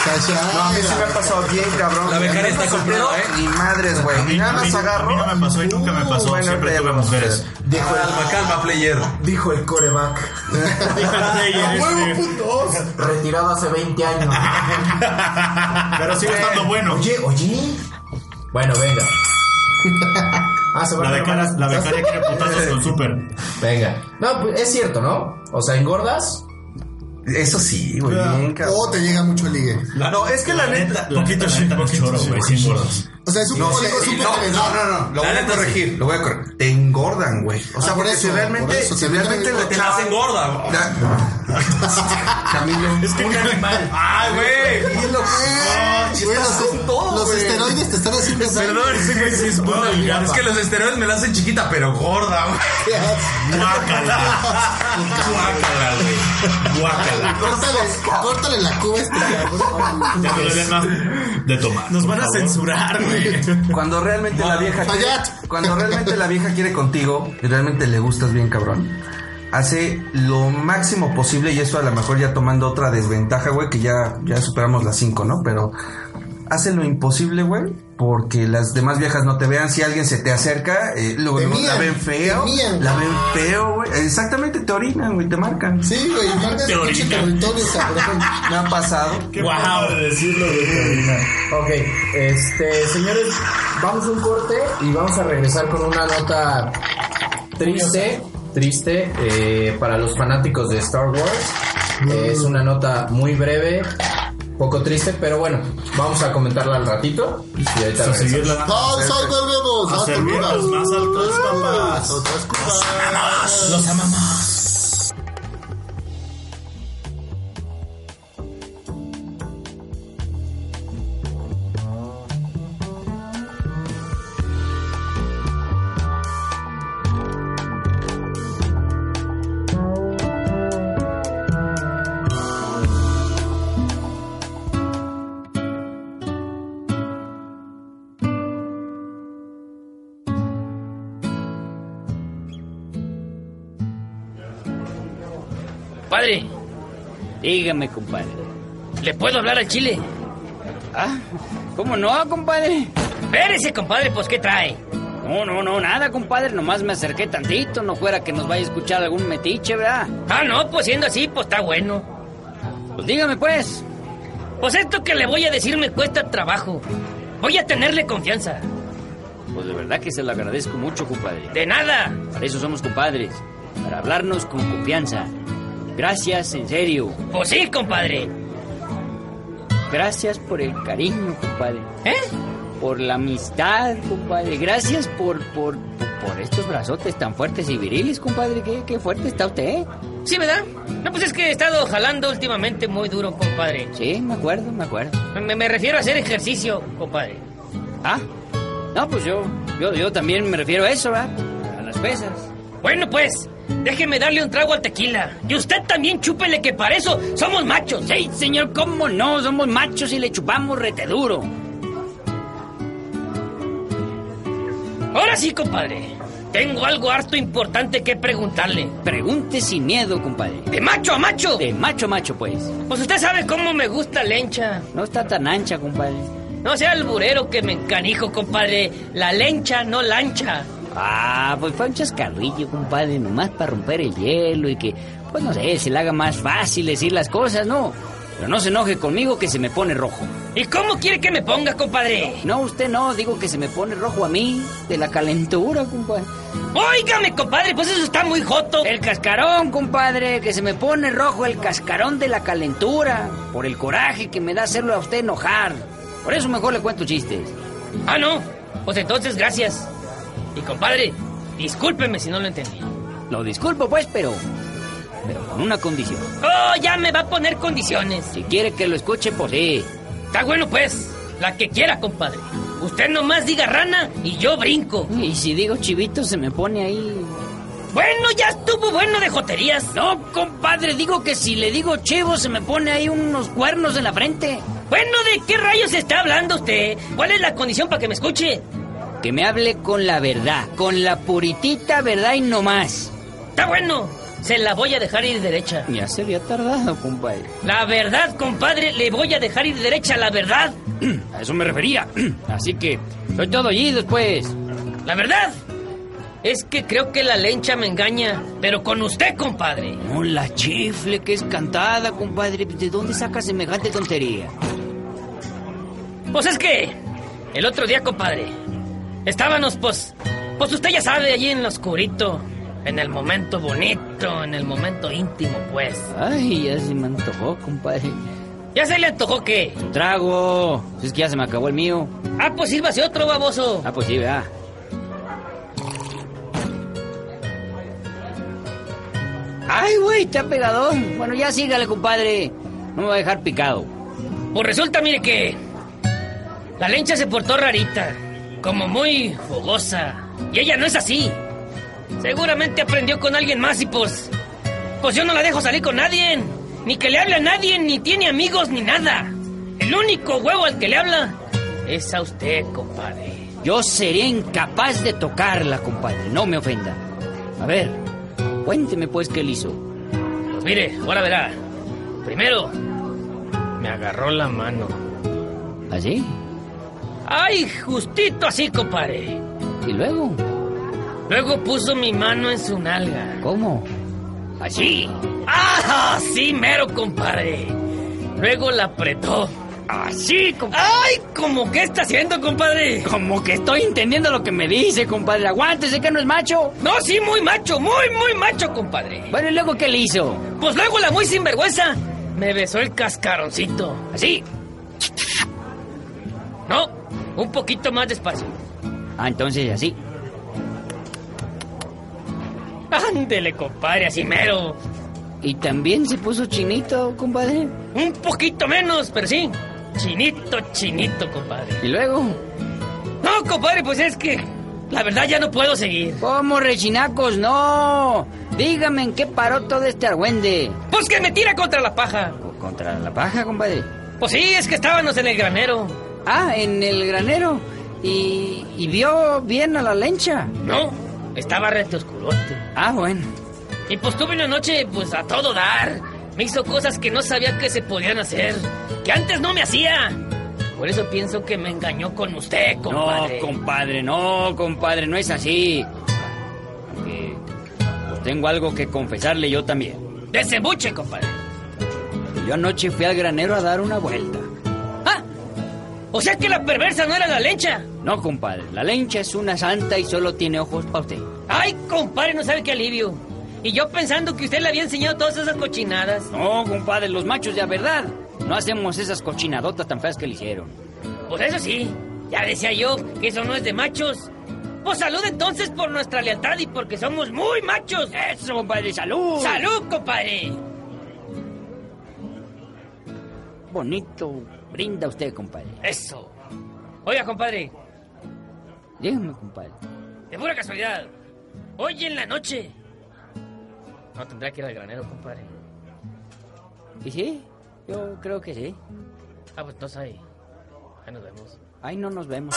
Speaker 5: Calla.
Speaker 4: No, a mí sí me ha pasado bien, cabrón.
Speaker 17: La becaria está
Speaker 4: pero
Speaker 17: comprada, ¿eh?
Speaker 4: Ni madres, güey.
Speaker 3: A mí,
Speaker 4: nada
Speaker 3: a mí-
Speaker 4: más
Speaker 3: a mí
Speaker 4: agarro. Uh,
Speaker 3: no me pasó y nunca me pasó.
Speaker 4: bueno,
Speaker 3: Siempre
Speaker 4: ahorita ya
Speaker 3: tuve
Speaker 4: vamos a ver.
Speaker 3: mujeres.
Speaker 8: dijo
Speaker 17: Calma, calma, player.
Speaker 8: el, dijo el coreback.
Speaker 4: este.
Speaker 8: Retirado hace 20 años.
Speaker 3: Pero sigue estando bueno.
Speaker 8: Oye, oye. Bueno, venga. Ah, se va
Speaker 3: La
Speaker 8: a acabar.
Speaker 3: becaria, la becaria quiere putazos con súper.
Speaker 8: Venga. No, pues, es cierto, ¿no? O sea, engordas.
Speaker 4: Eso sí, güey. Bien, cabrón.
Speaker 5: O te llega mucho ligue.
Speaker 4: No, es que la neta.
Speaker 3: Poquito sí, poquito choro, güey, sin gordos.
Speaker 5: O sea, es un
Speaker 4: No,
Speaker 5: poco
Speaker 4: sí,
Speaker 5: ligue, es un
Speaker 4: no,
Speaker 5: poco ligue.
Speaker 4: no, no, no, lo
Speaker 17: La
Speaker 4: voy a
Speaker 17: neta,
Speaker 4: corregir, lo voy a corregir. Te engordan, güey. O sea,
Speaker 5: Ah, por
Speaker 4: porque si
Speaker 5: eso, por
Speaker 4: realmente,
Speaker 5: eso,
Speaker 4: si
Speaker 5: te miran
Speaker 4: realmente
Speaker 5: igual.
Speaker 4: la
Speaker 17: Te la hacen gorda. güey.
Speaker 4: Camilo.
Speaker 6: Es que un animal.
Speaker 17: Ay, güey.
Speaker 4: Camilo, güey.
Speaker 5: Güey,
Speaker 4: Estás
Speaker 5: los,
Speaker 4: con todo,
Speaker 5: los
Speaker 4: güey.
Speaker 5: esteroides te están haciendo daño.
Speaker 17: Perdón,
Speaker 6: Ese güey sí es muy delgado.
Speaker 17: Es que los esteroides me la hacen chiquita, pero gorda, güey.
Speaker 3: Guácala.
Speaker 17: Guácala, güey. Guácala.
Speaker 5: Córtale, córtale la cuba a este cabrón.
Speaker 3: Ya me duele más de tomar.
Speaker 6: Nos
Speaker 3: por
Speaker 6: van a
Speaker 3: favor.
Speaker 6: censurar, güey.
Speaker 4: Cuando realmente la vieja quiere,
Speaker 5: Fayad.
Speaker 4: cuando realmente la vieja quiere contigo y realmente le gustas bien cabrón. Hace lo máximo posible y eso a lo mejor ya tomando otra desventaja, güey, que ya ya superamos las 5, ¿no? Pero hace lo imposible, güey, porque las demás viejas no te vean, si alguien se te acerca, eh, luego
Speaker 5: Te
Speaker 4: luego la
Speaker 5: mían,
Speaker 4: ven feo,
Speaker 5: te mían.
Speaker 4: la ven feo, güey. Exactamente, te orinan, güey, te marcan.
Speaker 5: Sí, güey, marcas
Speaker 6: Te
Speaker 5: el pinche
Speaker 6: orina.
Speaker 5: territorio, cabrón.
Speaker 4: Me ha pasado.
Speaker 3: Qué
Speaker 6: Wow.
Speaker 3: forma de decirlo, güey.
Speaker 8: Ok, este, señores, vamos a un corte y vamos a regresar con una nota triste, triste eh, para los fanáticos de Star Wars. Eh, es una nota muy breve, poco triste, pero bueno, vamos a comentarla al ratito. Y ahorita
Speaker 3: A seguir
Speaker 8: regresamos.
Speaker 3: la
Speaker 5: ¡Todos hoy volvemos!
Speaker 3: A
Speaker 5: ¡Hasta
Speaker 3: servir
Speaker 5: luego!
Speaker 3: los más altos, papás.
Speaker 5: ¡Otras cubas!
Speaker 6: Los amamos.
Speaker 18: Padre, dígame, compadre. ¿Le puedo hablar al chile? Ah, ¿cómo no, compadre? Espérese, compadre, pues ¿qué trae? No, no, no, nada, compadre. Nomás me acerqué tantito. No fuera que nos vaya a escuchar algún metiche, ¿verdad? Ah, no, pues siendo así, pues está bueno. Pues dígame, pues. Pues esto que le voy a decir me cuesta trabajo. Voy a tenerle confianza. Pues de verdad que se lo agradezco mucho, compadre. De nada. Para eso somos compadres. Para hablarnos con confianza. Gracias, en serio. Pues sí, compadre. Gracias por el cariño, compadre. ¿Eh? Por la amistad, compadre. Gracias por, por, por estos brazotes tan fuertes y viriles, compadre. Qué, qué fuerte está usted.
Speaker 19: Sí, ¿verdad? No, pues es que he estado jalando últimamente muy duro, compadre.
Speaker 18: Sí, me acuerdo, me acuerdo.
Speaker 19: Me, me refiero a hacer ejercicio, compadre.
Speaker 18: Ah, no, pues yo, yo, yo también me refiero a eso, ¿verdad? A las pesas.
Speaker 19: Bueno, pues, déjeme darle un trago al tequila. Y usted también chúpele, que para eso somos machos.
Speaker 18: Sí, señor, ¿cómo no? Somos machos y le chupamos rete duro.
Speaker 19: Ahora sí, compadre.
Speaker 18: Tengo algo harto importante que preguntarle.
Speaker 20: Pregunte sin miedo, compadre.
Speaker 18: ¿De macho a macho?
Speaker 20: De macho a macho, pues.
Speaker 18: Pues usted sabe cómo me gusta la lencha.
Speaker 20: No está tan ancha, compadre.
Speaker 18: No sea alburero que me encanijo, compadre. La lencha no lancha.
Speaker 20: Ah, pues fue un chascarrillo, compadre, nomás para romper el hielo y que, pues no sé, se le haga más fácil decir las cosas, ¿no? Pero no se enoje conmigo que se me pone rojo.
Speaker 18: ¿Y cómo quiere que me ponga, compadre?
Speaker 20: No, usted no, digo que se me pone rojo a mí, de la calentura, compadre.
Speaker 18: Óigame, compadre, pues eso está muy joto.
Speaker 20: El cascarón, compadre, que se me pone rojo el cascarón de la calentura, por el coraje que me da hacerlo a usted enojar. Por eso mejor le cuento chistes.
Speaker 18: Ah, no. Pues entonces, gracias. Y compadre, discúlpeme si no lo entendí.
Speaker 20: Lo disculpo, pues, pero. Pero con una condición.
Speaker 18: Oh, ya me va a poner condiciones.
Speaker 20: Si quiere que lo escuche, pues sí.
Speaker 18: Está bueno, pues. La que quiera, compadre. Usted nomás diga rana y yo brinco.
Speaker 20: Y si digo chivito, se me pone ahí.
Speaker 18: Bueno, ya estuvo bueno de joterías.
Speaker 20: No, compadre, digo que si le digo chivo, se me pone ahí unos cuernos en la frente.
Speaker 18: Bueno, ¿de qué rayos está hablando usted? ¿Cuál es la condición para que me escuche?
Speaker 20: Que me hable con la verdad, con la puritita verdad y no más.
Speaker 18: Está bueno. Se la voy a dejar ir derecha.
Speaker 20: Ya se había tardado, compadre.
Speaker 18: La verdad, compadre, le voy a dejar ir derecha, la verdad.
Speaker 20: A eso me refería. Así que, soy todo pues. allí después.
Speaker 18: La verdad. Es que creo que la lencha me engaña, pero con usted, compadre.
Speaker 20: No la chifle que es cantada, compadre. ¿De dónde saca semejante tontería?
Speaker 18: Pues es que, el otro día, compadre, estábamos, pues, pues usted ya sabe, allí en lo oscurito, en el momento bonito, en el momento íntimo, pues.
Speaker 20: Ay, ya se me antojó, compadre.
Speaker 18: ¿Ya se le antojó qué?
Speaker 20: Un trago. Es que ya se me acabó el mío.
Speaker 18: Ah, pues sírvase otro, baboso.
Speaker 20: Ah, pues sí, vea. Ay, güey, está pegadón. Bueno, ya sígale, compadre. No me va a dejar picado.
Speaker 18: Pues resulta, mire que. La lencha se portó rarita. Como muy fogosa. Y ella no es así. Seguramente aprendió con alguien más y pues. Pues yo no la dejo salir con nadie. Ni que le hable a nadie, ni tiene amigos, ni nada. El único huevo al que le habla es a usted, compadre.
Speaker 20: Yo seré incapaz de tocarla, compadre. No me ofenda. A ver, cuénteme pues qué le hizo.
Speaker 18: Pues mire, ahora verá. Primero, me agarró la mano.
Speaker 20: ¿Así?
Speaker 18: ¡Ay, justito así, compadre!
Speaker 20: ¿Y luego?
Speaker 18: Luego puso mi mano en su nalga.
Speaker 20: ¿Cómo?
Speaker 18: ¿Así? ¡Ah, sí, mero, compadre! Luego la apretó.
Speaker 20: ¡Así, compadre!
Speaker 18: ¡Ay, como que está haciendo, compadre!
Speaker 20: Como que estoy entendiendo lo que me dice, compadre. Aguántese que no es macho.
Speaker 18: No, sí, muy macho, muy, muy macho, compadre.
Speaker 20: Bueno, ¿y luego qué le hizo?
Speaker 18: Pues luego la muy sinvergüenza me besó el cascaroncito.
Speaker 20: ¿Así?
Speaker 18: No, un poquito más despacio.
Speaker 20: Ah, entonces así.
Speaker 18: Ándele, compadre, así mero.
Speaker 20: ¿Y también se puso chinito, compadre?
Speaker 18: Un poquito menos, pero sí. Chinito, chinito, compadre.
Speaker 20: ¿Y luego?
Speaker 18: No, compadre, pues es que la verdad ya no puedo seguir.
Speaker 20: ¿Cómo, rechinacos? No. Dígame en qué paró todo este argüende.
Speaker 18: Pues que me tira contra la paja.
Speaker 20: ¿Contra la paja, compadre?
Speaker 18: Pues sí, es que estábamos en el granero.
Speaker 20: Ah, en el granero. ¿Y, y vio bien a la lencha?
Speaker 18: No, estaba rete oscurote.
Speaker 20: Ah, bueno.
Speaker 18: Y pues tuve una noche, pues a todo dar. Me hizo cosas que no sabía que se podían hacer, que antes no me hacía. Por eso pienso que me engañó con usted, compadre.
Speaker 20: No, compadre, no, compadre, no es así. Aunque, pues, tengo algo que confesarle yo también.
Speaker 18: Desembuche, compadre.
Speaker 20: Yo anoche fui al granero a dar una vuelta.
Speaker 18: ¡Ah! O sea que la perversa no era la lencha.
Speaker 20: No, compadre, la lencha es una santa y solo tiene ojos para usted.
Speaker 18: ¡Ay, compadre, no sabe qué alivio! Y yo pensando que usted le había enseñado todas esas cochinadas.
Speaker 20: No, compadre, los machos de la verdad no hacemos esas cochinadotas tan feas que le hicieron.
Speaker 18: Pues eso sí, ya decía yo que eso no es de machos. Pues salud entonces por nuestra lealtad y porque somos muy machos.
Speaker 20: Eso, compadre, salud.
Speaker 18: Salud, compadre.
Speaker 20: Bonito brinda usted, compadre.
Speaker 18: Eso. Oiga, compadre.
Speaker 20: Dígame, compadre.
Speaker 18: De pura casualidad. Hoy en la noche no, tendrá que ir al granero, compadre.
Speaker 20: ¿Y sí? Yo creo que sí.
Speaker 18: Ah, pues entonces ahí. Ahí nos
Speaker 20: pues.
Speaker 18: vemos.
Speaker 20: Ahí no nos vemos.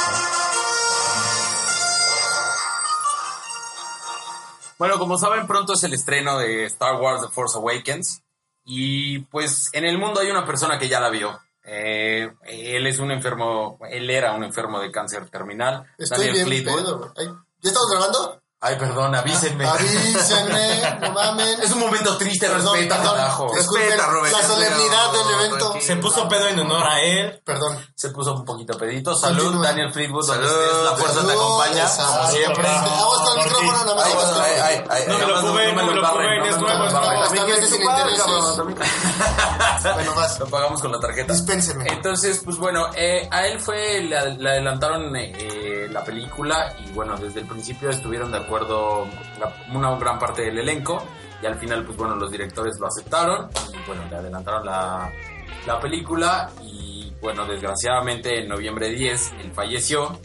Speaker 4: Bueno, como saben, pronto es el estreno de Star Wars The Force Awakens. Y pues en el mundo hay una persona que ya la vio. Eh, él es un enfermo, él era un enfermo de cáncer terminal.
Speaker 5: Estoy bien pedo, güey. Ay, ¿Ya estamos grabando?
Speaker 4: Ay, perdón, avísenme.
Speaker 5: Ah, Avísenme, no mamen.
Speaker 4: Es un momento triste, respeta, carajo.
Speaker 5: Respeta, Robert. La solemnidad del evento.
Speaker 6: Se puso pedo en honor a él.
Speaker 5: Perdón.
Speaker 4: Se puso un poquito pedito. Salud, Daniel Fleetwood. Salud. la fuerza te acompaña.
Speaker 5: Salud.
Speaker 4: Siempre.
Speaker 5: Vamos con el micrófono, nada más. pues,
Speaker 4: Ay,
Speaker 5: vamos
Speaker 4: ay, ay,
Speaker 5: con el micrófono.
Speaker 4: ay,
Speaker 5: No me
Speaker 4: nada
Speaker 5: lo
Speaker 4: más no-
Speaker 5: fumen,
Speaker 4: no me
Speaker 5: no me lo
Speaker 4: embarren,
Speaker 5: fumen,
Speaker 4: no
Speaker 5: es
Speaker 4: me lo
Speaker 5: nuevo, es
Speaker 4: embarren.
Speaker 5: nuevo.
Speaker 4: A mí
Speaker 5: Hasta
Speaker 4: que
Speaker 5: veces
Speaker 4: me
Speaker 5: sin
Speaker 4: chuparon,
Speaker 5: intereses.
Speaker 4: cabrón, a mí Lo pagamos con la tarjeta. Entonces, pues bueno, eh, a él fue, le, le adelantaron eh, eh, la película y bueno, desde el principio estuvieron de acuerdo la- una gran parte del elenco y al final, pues bueno, los directores lo aceptaron y bueno, le adelantaron la, la película y bueno, desgraciadamente en noviembre 10 él falleció.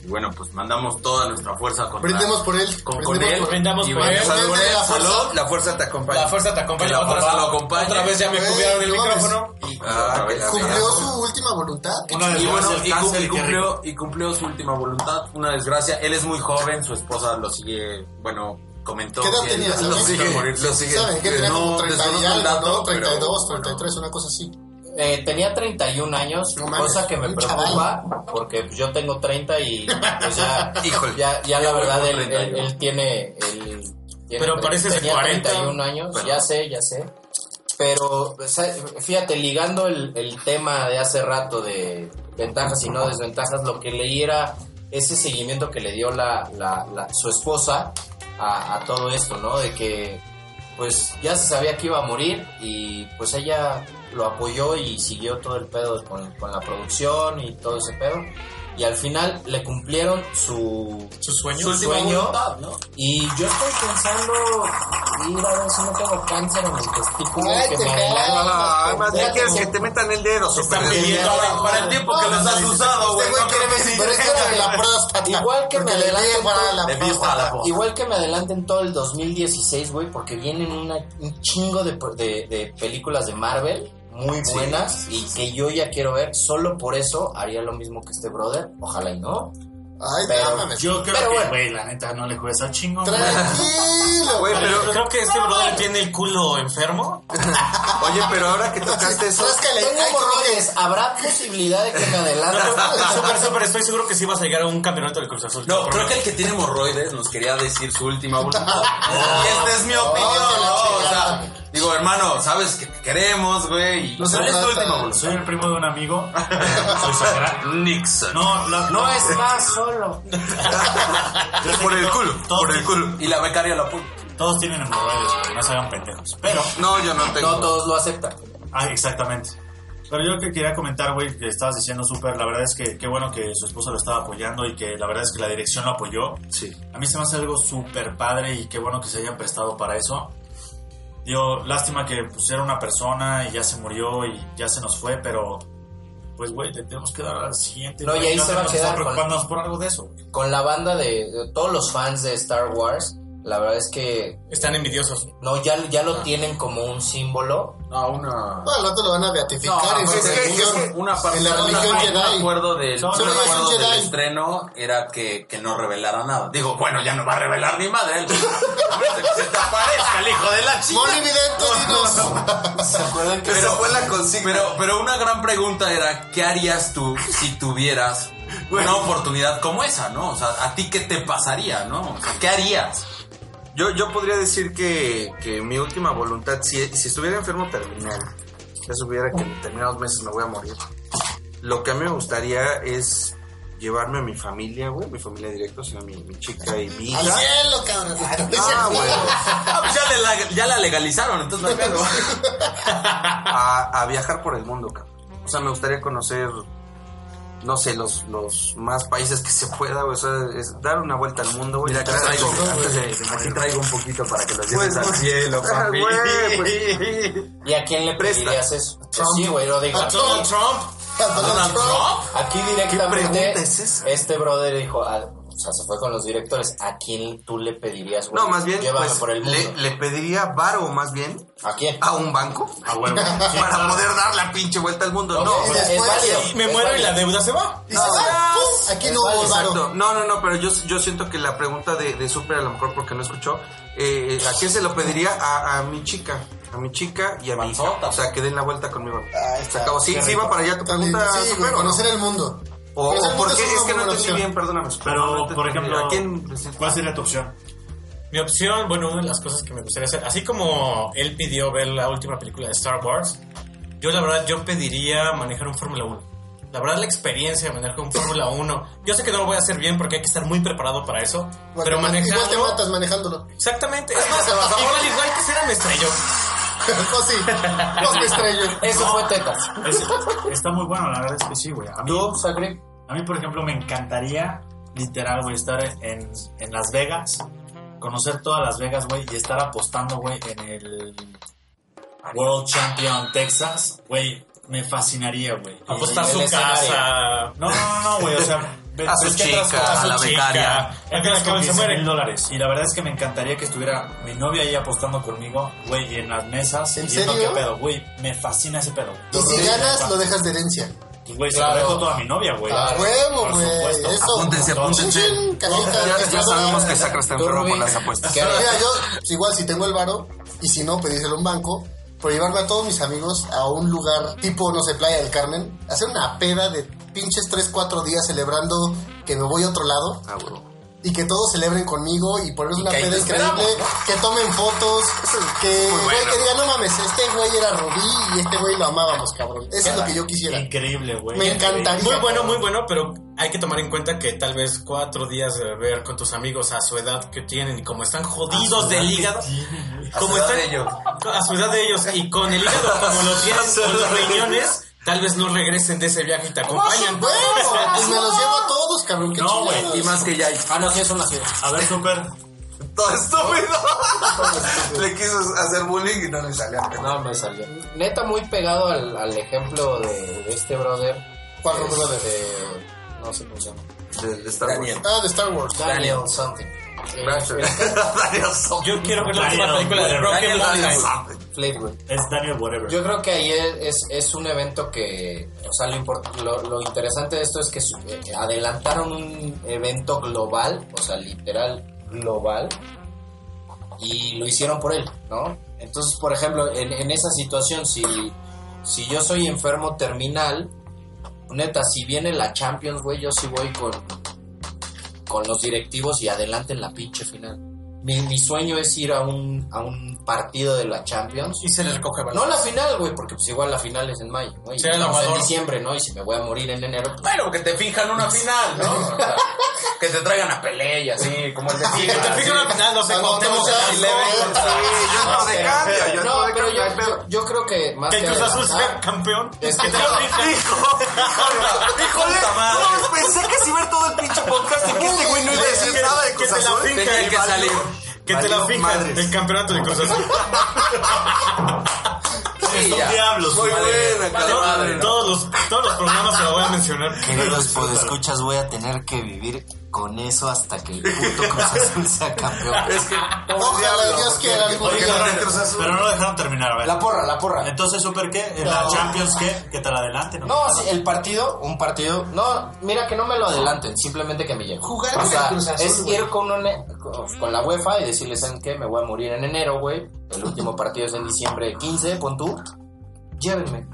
Speaker 4: Y bueno, pues mandamos toda nuestra fuerza con
Speaker 5: Brindemos por él.
Speaker 4: con, con él.
Speaker 6: Brindamos
Speaker 4: Y
Speaker 6: por
Speaker 4: bueno,
Speaker 6: él.
Speaker 4: salud,
Speaker 6: Brindale la
Speaker 4: salud.
Speaker 6: fuerza.
Speaker 4: La fuerza te acompaña.
Speaker 6: La fuerza te acompaña,
Speaker 4: Que La fuerza
Speaker 6: papá.
Speaker 4: lo acompaña.
Speaker 6: Otra vez ya me cubrieron el
Speaker 5: no mames.
Speaker 6: micrófono.
Speaker 4: Y, otra vez.
Speaker 5: Cumplió su última voluntad.
Speaker 4: y bueno, y, cum- y cumplió, y cumplió su última voluntad, una desgracia. Él es muy joven, su esposa lo sigue, bueno, comentó
Speaker 5: ¿Qué edad
Speaker 4: que él
Speaker 5: tenías?
Speaker 4: lo sigue, lo sigue.
Speaker 5: ¿Saben qué? Tenía
Speaker 4: no,
Speaker 5: como 30 y
Speaker 4: desconozco el
Speaker 5: algo,
Speaker 4: dato,
Speaker 5: ¿no?
Speaker 4: pero
Speaker 5: 32,
Speaker 4: bueno.
Speaker 5: 33, una cosa así.
Speaker 8: Eh, tenía 31 años,
Speaker 5: mames,
Speaker 8: cosa que me
Speaker 5: un
Speaker 8: preocupa porque pues, yo tengo 30 y pues ya,
Speaker 4: Híjole,
Speaker 8: ya, ya la
Speaker 4: yo
Speaker 8: verdad
Speaker 4: voy
Speaker 8: él,
Speaker 4: con
Speaker 8: él-
Speaker 4: 31.
Speaker 8: él tiene, él tiene
Speaker 6: Pero
Speaker 8: tre-
Speaker 6: pareces de
Speaker 8: tenía
Speaker 6: 40.
Speaker 8: 31 años, ya sé, ya sé. Pero o sea, fíjate, ligando el, el tema de hace rato de ventajas y no desventajas, lo que leí era ese seguimiento que le dio la, la- la- su esposa a, a todo esto, ¿no? De que pues ya se sabía que iba a morir y pues ella lo apoyó y siguió todo el pedo con, con la producción y todo ese pedo. Y al final le cumplieron su,
Speaker 6: Su sueño.
Speaker 8: su
Speaker 6: última
Speaker 8: sueño.
Speaker 6: voluntad, ¿no?
Speaker 8: Y yo estoy pensando ir a ver si no tengo cáncer en el testículo.
Speaker 5: Ay,
Speaker 8: que
Speaker 5: te
Speaker 8: me
Speaker 5: cagas,
Speaker 8: adelanten.
Speaker 21: Ah, más bien
Speaker 8: Ya
Speaker 21: quieres
Speaker 8: tengo-
Speaker 21: que te metan el dedo.
Speaker 4: Están pidiendo ahora para el tiempo que los has usado, güey.
Speaker 5: este güey
Speaker 4: No
Speaker 5: quiere
Speaker 4: creo que
Speaker 5: decir- Pero es que era de la próstata.
Speaker 8: Igual que me
Speaker 5: Porque le
Speaker 8: adelanten
Speaker 5: lleva
Speaker 8: todo-
Speaker 5: la
Speaker 4: De fiesta a la posta.
Speaker 8: Igual que me adelanten todo el 2016, güey, porque vienen una, un chingo de, de- de películas de Marvel muy
Speaker 4: Sí,
Speaker 8: buenas
Speaker 4: sí,
Speaker 8: y que yo ya quiero ver. Solo por eso haría lo mismo que este brother. Ojalá y no.
Speaker 5: Ay,
Speaker 8: Pero-
Speaker 5: no mames.
Speaker 3: Yo creo
Speaker 8: Pero
Speaker 3: que,
Speaker 8: bueno.
Speaker 3: güey, la neta, no le juegues al chingón.
Speaker 5: Tranquilo,
Speaker 21: Güey,
Speaker 5: güey.
Speaker 6: Pero
Speaker 21: pero,
Speaker 6: creo que este brother tiene el culo enfermo.
Speaker 21: oye, pero ahora que tocaste eso.
Speaker 5: Ráscale,
Speaker 8: Tengo
Speaker 5: ay,
Speaker 8: hemorroides. ¿Habrá posibilidad de que me adelanten?
Speaker 6: Súper, súper, estoy seguro que sí vas a llegar a un campeonato del Cruz Azul. te
Speaker 4: No,
Speaker 6: lo
Speaker 4: creo que
Speaker 6: prometo.
Speaker 4: el que tiene hemorroides nos quería decir su última voluntad. y esta es mi opinión,
Speaker 5: que la
Speaker 4: ¿no? O
Speaker 5: chingada.
Speaker 4: sea, digo, hermano, sabes que te queremos, güey. y-
Speaker 3: No
Speaker 4: ¿Cuál
Speaker 3: sé,
Speaker 4: es tu última
Speaker 3: Soy
Speaker 4: voluntad?
Speaker 3: el primo de un amigo. Soy Sakura.
Speaker 4: Nixon.
Speaker 3: No, la-
Speaker 4: eh.
Speaker 8: No es más solo.
Speaker 3: yo sé
Speaker 4: Por
Speaker 3: que
Speaker 4: el
Speaker 3: to-
Speaker 4: culo,
Speaker 3: todos
Speaker 4: por el
Speaker 3: tienen-
Speaker 4: culo. Y la becaria la puta.
Speaker 3: Todos tienen hemorroides, güey, no se hagan pendejos. Pero,
Speaker 4: No, yo no tengo.
Speaker 8: No todos lo aceptan.
Speaker 3: ah, exactamente. Pero yo que quería comentar, güey, que estabas diciendo súper, la verdad es que qué bueno que su esposa lo estaba apoyando y que la verdad es que la dirección lo apoyó.
Speaker 21: Sí.
Speaker 3: A mí se me hace algo súper padre y qué bueno que se hayan prestado para eso. Digo, lástima que pues era una persona y ya se murió y ya se nos fue, pero pues güey, le tenemos que dar al siguiente.
Speaker 8: No,
Speaker 3: güey,
Speaker 8: y ahí
Speaker 3: no
Speaker 8: se va a
Speaker 3: tenemos que
Speaker 8: quedar
Speaker 3: estar
Speaker 8: con-
Speaker 3: preocupándonos por algo de eso. güey.
Speaker 8: Con la banda de, de todos los fans de Star Wars, la verdad es que
Speaker 6: Están envidiosos.
Speaker 8: no ya, ya lo tienen como un símbolo.
Speaker 4: No, una.
Speaker 5: Bueno, no te lo van a beatificar en su
Speaker 4: es que- es que
Speaker 5: religión.
Speaker 4: una parte
Speaker 5: En la
Speaker 4: una-
Speaker 5: religión
Speaker 4: un
Speaker 5: Jedi.
Speaker 4: acuerdo del,
Speaker 3: Son
Speaker 4: un
Speaker 3: religión
Speaker 4: acuerdo del
Speaker 5: Jedi.
Speaker 4: estreno era que, que no revelara nada. Digo, bueno, ya no va a revelar ni madre. él. A menos de que se te aparezca el hijo de la chica.
Speaker 5: Moni Vidente, dinos.
Speaker 8: ¿Se acuerdan que
Speaker 4: Pero fue la consigna. Pero, pero una gran pregunta era, ¿qué harías tú si tuvieras una oportunidad como esa, no? O sea, ¿a ti qué te pasaría, no? O sea, ¿qué harías?
Speaker 21: Yo, yo podría decir que, que mi última voluntad, si, si estuviera enfermo terminal, ya supiera que en determinados meses me voy a morir, lo que a mí me gustaría es llevarme a mi familia, güey, mi familia directa, o sea, mi, mi chica y mi hija.
Speaker 5: Al cielo, cabrón.
Speaker 21: Ah, güey.
Speaker 4: Ah, pues ya, le la- ya la legalizaron, entonces no hay pedo.
Speaker 21: a, a viajar por el mundo, cabrón. O sea, me gustaría conocer, no sé, los, los más países que se pueda, güey. O sea, es dar una vuelta al mundo, güey.
Speaker 4: Mira, aquí
Speaker 21: Traer
Speaker 4: traigo,
Speaker 21: algo, güey.
Speaker 4: antes de- aquí traigo un poquito para que lo lleves
Speaker 21: Pues,
Speaker 4: al
Speaker 21: no.
Speaker 4: cielo,
Speaker 21: Ah,
Speaker 4: papi.
Speaker 21: güey, pues,
Speaker 8: ¿Y a quién le
Speaker 21: Presta.
Speaker 8: pedirías eso? Sí, güey, lo digo.
Speaker 5: A Donald
Speaker 8: Trump.
Speaker 5: Donald Trump.
Speaker 8: Aquí
Speaker 21: ¿Qué pregunta
Speaker 8: directamente
Speaker 21: es esa?
Speaker 8: este brother dijo, ah, o sea, se fue con los directores. ¿A quién tú le pedirías, güey?
Speaker 21: No, más bien,
Speaker 8: Llévame
Speaker 21: pues,
Speaker 8: por el mundo.
Speaker 21: le, le pediría varo, más bien,
Speaker 8: ¿A quién?
Speaker 4: Ah,
Speaker 21: a un banco
Speaker 3: A huevo.
Speaker 21: para poder dar la pinche vuelta al mundo. No,
Speaker 8: Ok,
Speaker 21: güey.
Speaker 4: pues,
Speaker 8: es válido.
Speaker 6: Y me
Speaker 8: es
Speaker 6: muero y
Speaker 8: válido.
Speaker 6: la deuda se va.
Speaker 5: Y se va. ¡Pum! Aquí, "Ah, aquí no hubo
Speaker 4: Exacto.
Speaker 5: varo.
Speaker 4: No, no, no, pero yo, yo siento que la pregunta de, de Super, a lo mejor porque no escuchó, eh, ¿a quién se lo pediría? A, a mi chica. A mi chica y a mi hija. O sea, que den la vuelta conmigo. Se acabó. Sí,
Speaker 5: Qué
Speaker 4: sí,
Speaker 5: rico.
Speaker 4: va para allá tu pregunta.
Speaker 5: Sí,
Speaker 4: Super,
Speaker 5: güey,
Speaker 4: ¿o no?
Speaker 5: conocer el mundo.
Speaker 4: O,
Speaker 5: Conocer
Speaker 4: o
Speaker 5: el mundo
Speaker 4: por qué, es
Speaker 5: una
Speaker 4: que no
Speaker 5: buena
Speaker 4: entendí
Speaker 5: opción.
Speaker 4: bien, perdóname.
Speaker 3: Pero,
Speaker 4: no
Speaker 3: por ejemplo,
Speaker 4: ¿a quién?
Speaker 3: ¿cuál sería tu opción?
Speaker 6: Mi opción, bueno, una de las cosas que me gustaría hacer, así como él pidió ver la última película de Star Wars, yo la verdad, yo pediría manejar un Fórmula 1. La verdad, la experiencia de manejar un Fórmula 1, yo sé que no lo voy a hacer bien porque hay que estar muy preparado para eso, pero manejar...
Speaker 5: Igual te matas manejándolo.
Speaker 6: Exactamente, es más, ahora igual que será me estrelló.
Speaker 5: Eso sí, dos me estrello.
Speaker 6: Eso fue tetas.
Speaker 3: Es- está muy bueno, la verdad es que sí, güey. A mí, A mí, por ejemplo, me encantaría, literal, güey, estar en, en Las Vegas, conocer todas Las Vegas, güey, y estar apostando, güey, en el World Champion Texas, güey. Me fascinaría, güey.
Speaker 6: Apostar
Speaker 3: Y-
Speaker 6: su
Speaker 3: y el
Speaker 6: casa.
Speaker 3: escenario. No, no, no, no, güey. O sea,
Speaker 22: A su chica, a la becaria.
Speaker 3: Es que las
Speaker 6: Con
Speaker 3: se
Speaker 6: 15 mil
Speaker 3: mueren dólares. Y la verdad es que me encantaría que estuviera mi novia ahí apostando conmigo, güey, y en las mesas.
Speaker 5: ¿En
Speaker 3: viendo
Speaker 5: serio?
Speaker 3: qué pedo, güey. Me fascina ese pedo.
Speaker 5: Y si ganas, lo dejas de herencia.
Speaker 3: Pues, Güey, se
Speaker 5: Claro.
Speaker 3: lo dejo todo a mi novia, güey.
Speaker 5: A huevo,
Speaker 3: Por
Speaker 5: güey.
Speaker 3: supuesto.
Speaker 5: Eso. Chin, chin, carita,
Speaker 3: Ya- ya
Speaker 5: esto,
Speaker 3: sabemos
Speaker 5: mira.
Speaker 3: que Sacra está
Speaker 5: Tú,
Speaker 3: enfermo
Speaker 5: Rubí,
Speaker 3: por las apuestas.
Speaker 5: ¿qué harías? Mira, yo, pues, igual, si tengo el varo, y si no, pedírselo a un banco, por llevarme a todos mis amigos a un lugar tipo, no sé, Playa del Carmen, hacer una peda de pinches 3, 4 días celebrando que me voy a otro lado. Y que todos celebren conmigo y ponerles
Speaker 4: Y
Speaker 5: una
Speaker 4: que ahí
Speaker 5: peda
Speaker 4: te
Speaker 5: increíble,
Speaker 4: esperamos.
Speaker 5: que tomen fotos, que,
Speaker 4: muy
Speaker 5: güey,
Speaker 4: bueno.
Speaker 5: que digan, no mames, este güey era Rubí y este güey lo amábamos, cabrón. Eso es lo que yo quisiera.
Speaker 3: Increíble, güey.
Speaker 5: Me encantaría.
Speaker 6: Muy bueno, muy bueno, pero hay que tomar en cuenta que tal vez cuatro días de ver con tus amigos a su edad que tienen y como están jodidos del hígado. Como están a su edad de ellos y con el hígado como lo tienen con los riñones, tal vez no regresen de ese viaje y te acompañan.
Speaker 5: Bueno, pues me los llevo a todos, cabrón. qué
Speaker 6: No, güey,
Speaker 5: chingados.
Speaker 6: y más que ya hay.
Speaker 8: Ah, no, sí, eso no sirve.
Speaker 3: A ver, súper.
Speaker 4: Todo estúpido. le quiso hacer bullying y no le salió.
Speaker 8: No me salió. Neta, muy pegado al, al ejemplo de, de este brother.
Speaker 5: ¿Cuál
Speaker 8: Este,
Speaker 5: brother?
Speaker 8: No sé cómo se llama.
Speaker 4: De, de Star Wars.
Speaker 5: Ah, de Star Wars.
Speaker 8: Daniel something. Eh,
Speaker 4: Daniel.
Speaker 6: Yo quiero ver la última película de Rocket
Speaker 8: Daniel
Speaker 6: Lives.
Speaker 8: Fleetwood.
Speaker 3: Es Daniel Whatever.
Speaker 8: Yo creo que ahí es, es un evento que, o sea, lo, import- lo, lo interesante de esto es que su- eh, adelantaron un evento global, o sea, literal global, y lo hicieron por él, ¿no? Entonces, por ejemplo, en, en esa situación, si, si yo soy enfermo terminal, neta, si viene la Champions, güey, yo sí voy con, con los directivos y adelante en la pinche final. Mi, mi sueño es ir a un, a un partido de la Champions.
Speaker 6: Y se le recoge balón.
Speaker 8: No la final, güey, porque pues igual la final es en mayo, ¿no? Y
Speaker 6: Sí, el
Speaker 8: estamos en
Speaker 6: aguador.
Speaker 8: diciembre, ¿no? Y si me voy a morir en enero, pues,
Speaker 22: Bueno, que te fijan una final, ¿no? O sea, que te traigan a pelea y así, como el de
Speaker 6: Y que te pique una final, no sé,
Speaker 5: No, no,
Speaker 6: contemos
Speaker 5: no,
Speaker 6: el Eleven contra-
Speaker 4: yo no de cambio, yo
Speaker 8: no,
Speaker 4: no de
Speaker 8: pero
Speaker 4: cambio.
Speaker 8: yo, yo, yo creo que más
Speaker 6: Que
Speaker 8: que
Speaker 6: Cruz Azul
Speaker 8: adelantar,
Speaker 22: Ah.
Speaker 6: sea campeón.
Speaker 8: es que
Speaker 6: Te lo dije.
Speaker 4: Híjole, no, pensé que si ver todo el pinche podcast y que este güey no iba a decir nada de
Speaker 6: que
Speaker 4: Cruz
Speaker 6: te la
Speaker 4: Azul.
Speaker 6: finja.
Speaker 22: que salir.
Speaker 6: Que te la
Speaker 4: Valió
Speaker 6: finja
Speaker 4: madres.
Speaker 6: el campeonato de Cruz Azul.
Speaker 22: Sí,
Speaker 3: Son
Speaker 22: ya.
Speaker 3: diablos,
Speaker 4: Muy
Speaker 3: madre.
Speaker 4: buena,
Speaker 22: Vale,
Speaker 4: cabrón.
Speaker 22: madre, ¿no?
Speaker 6: Todos los, todos los programas se lo voy a mencionar.
Speaker 8: Queridos podescuchas, voy a tener que vivir con eso hasta que el puto Cruz Azul sea campeón.
Speaker 4: Es que,
Speaker 5: Ojalá Dios quiera algo.
Speaker 4: Porque
Speaker 3: Oigan,
Speaker 4: no
Speaker 3: pero-
Speaker 4: de Cruz Azul.
Speaker 3: Pero no lo dejaron terminar, a ver.
Speaker 8: La porra, la porra.
Speaker 3: Entonces, ¿súper qué? ¿En la
Speaker 8: No.
Speaker 3: Champions qué? Que te la adelanten.
Speaker 8: No, sí, el partido, un partido. No, mira que no me lo adelanten, simplemente que me lleguen.
Speaker 5: Jugar
Speaker 8: o
Speaker 5: con
Speaker 8: sea,
Speaker 5: el Cruz Azul,
Speaker 8: es
Speaker 5: güey.
Speaker 8: ir con, una- con- con la UEFA y decirles, ¿saben qué? Me voy a morir en enero, güey. El último partido es en diciembre 15, pon tú. Llévenme.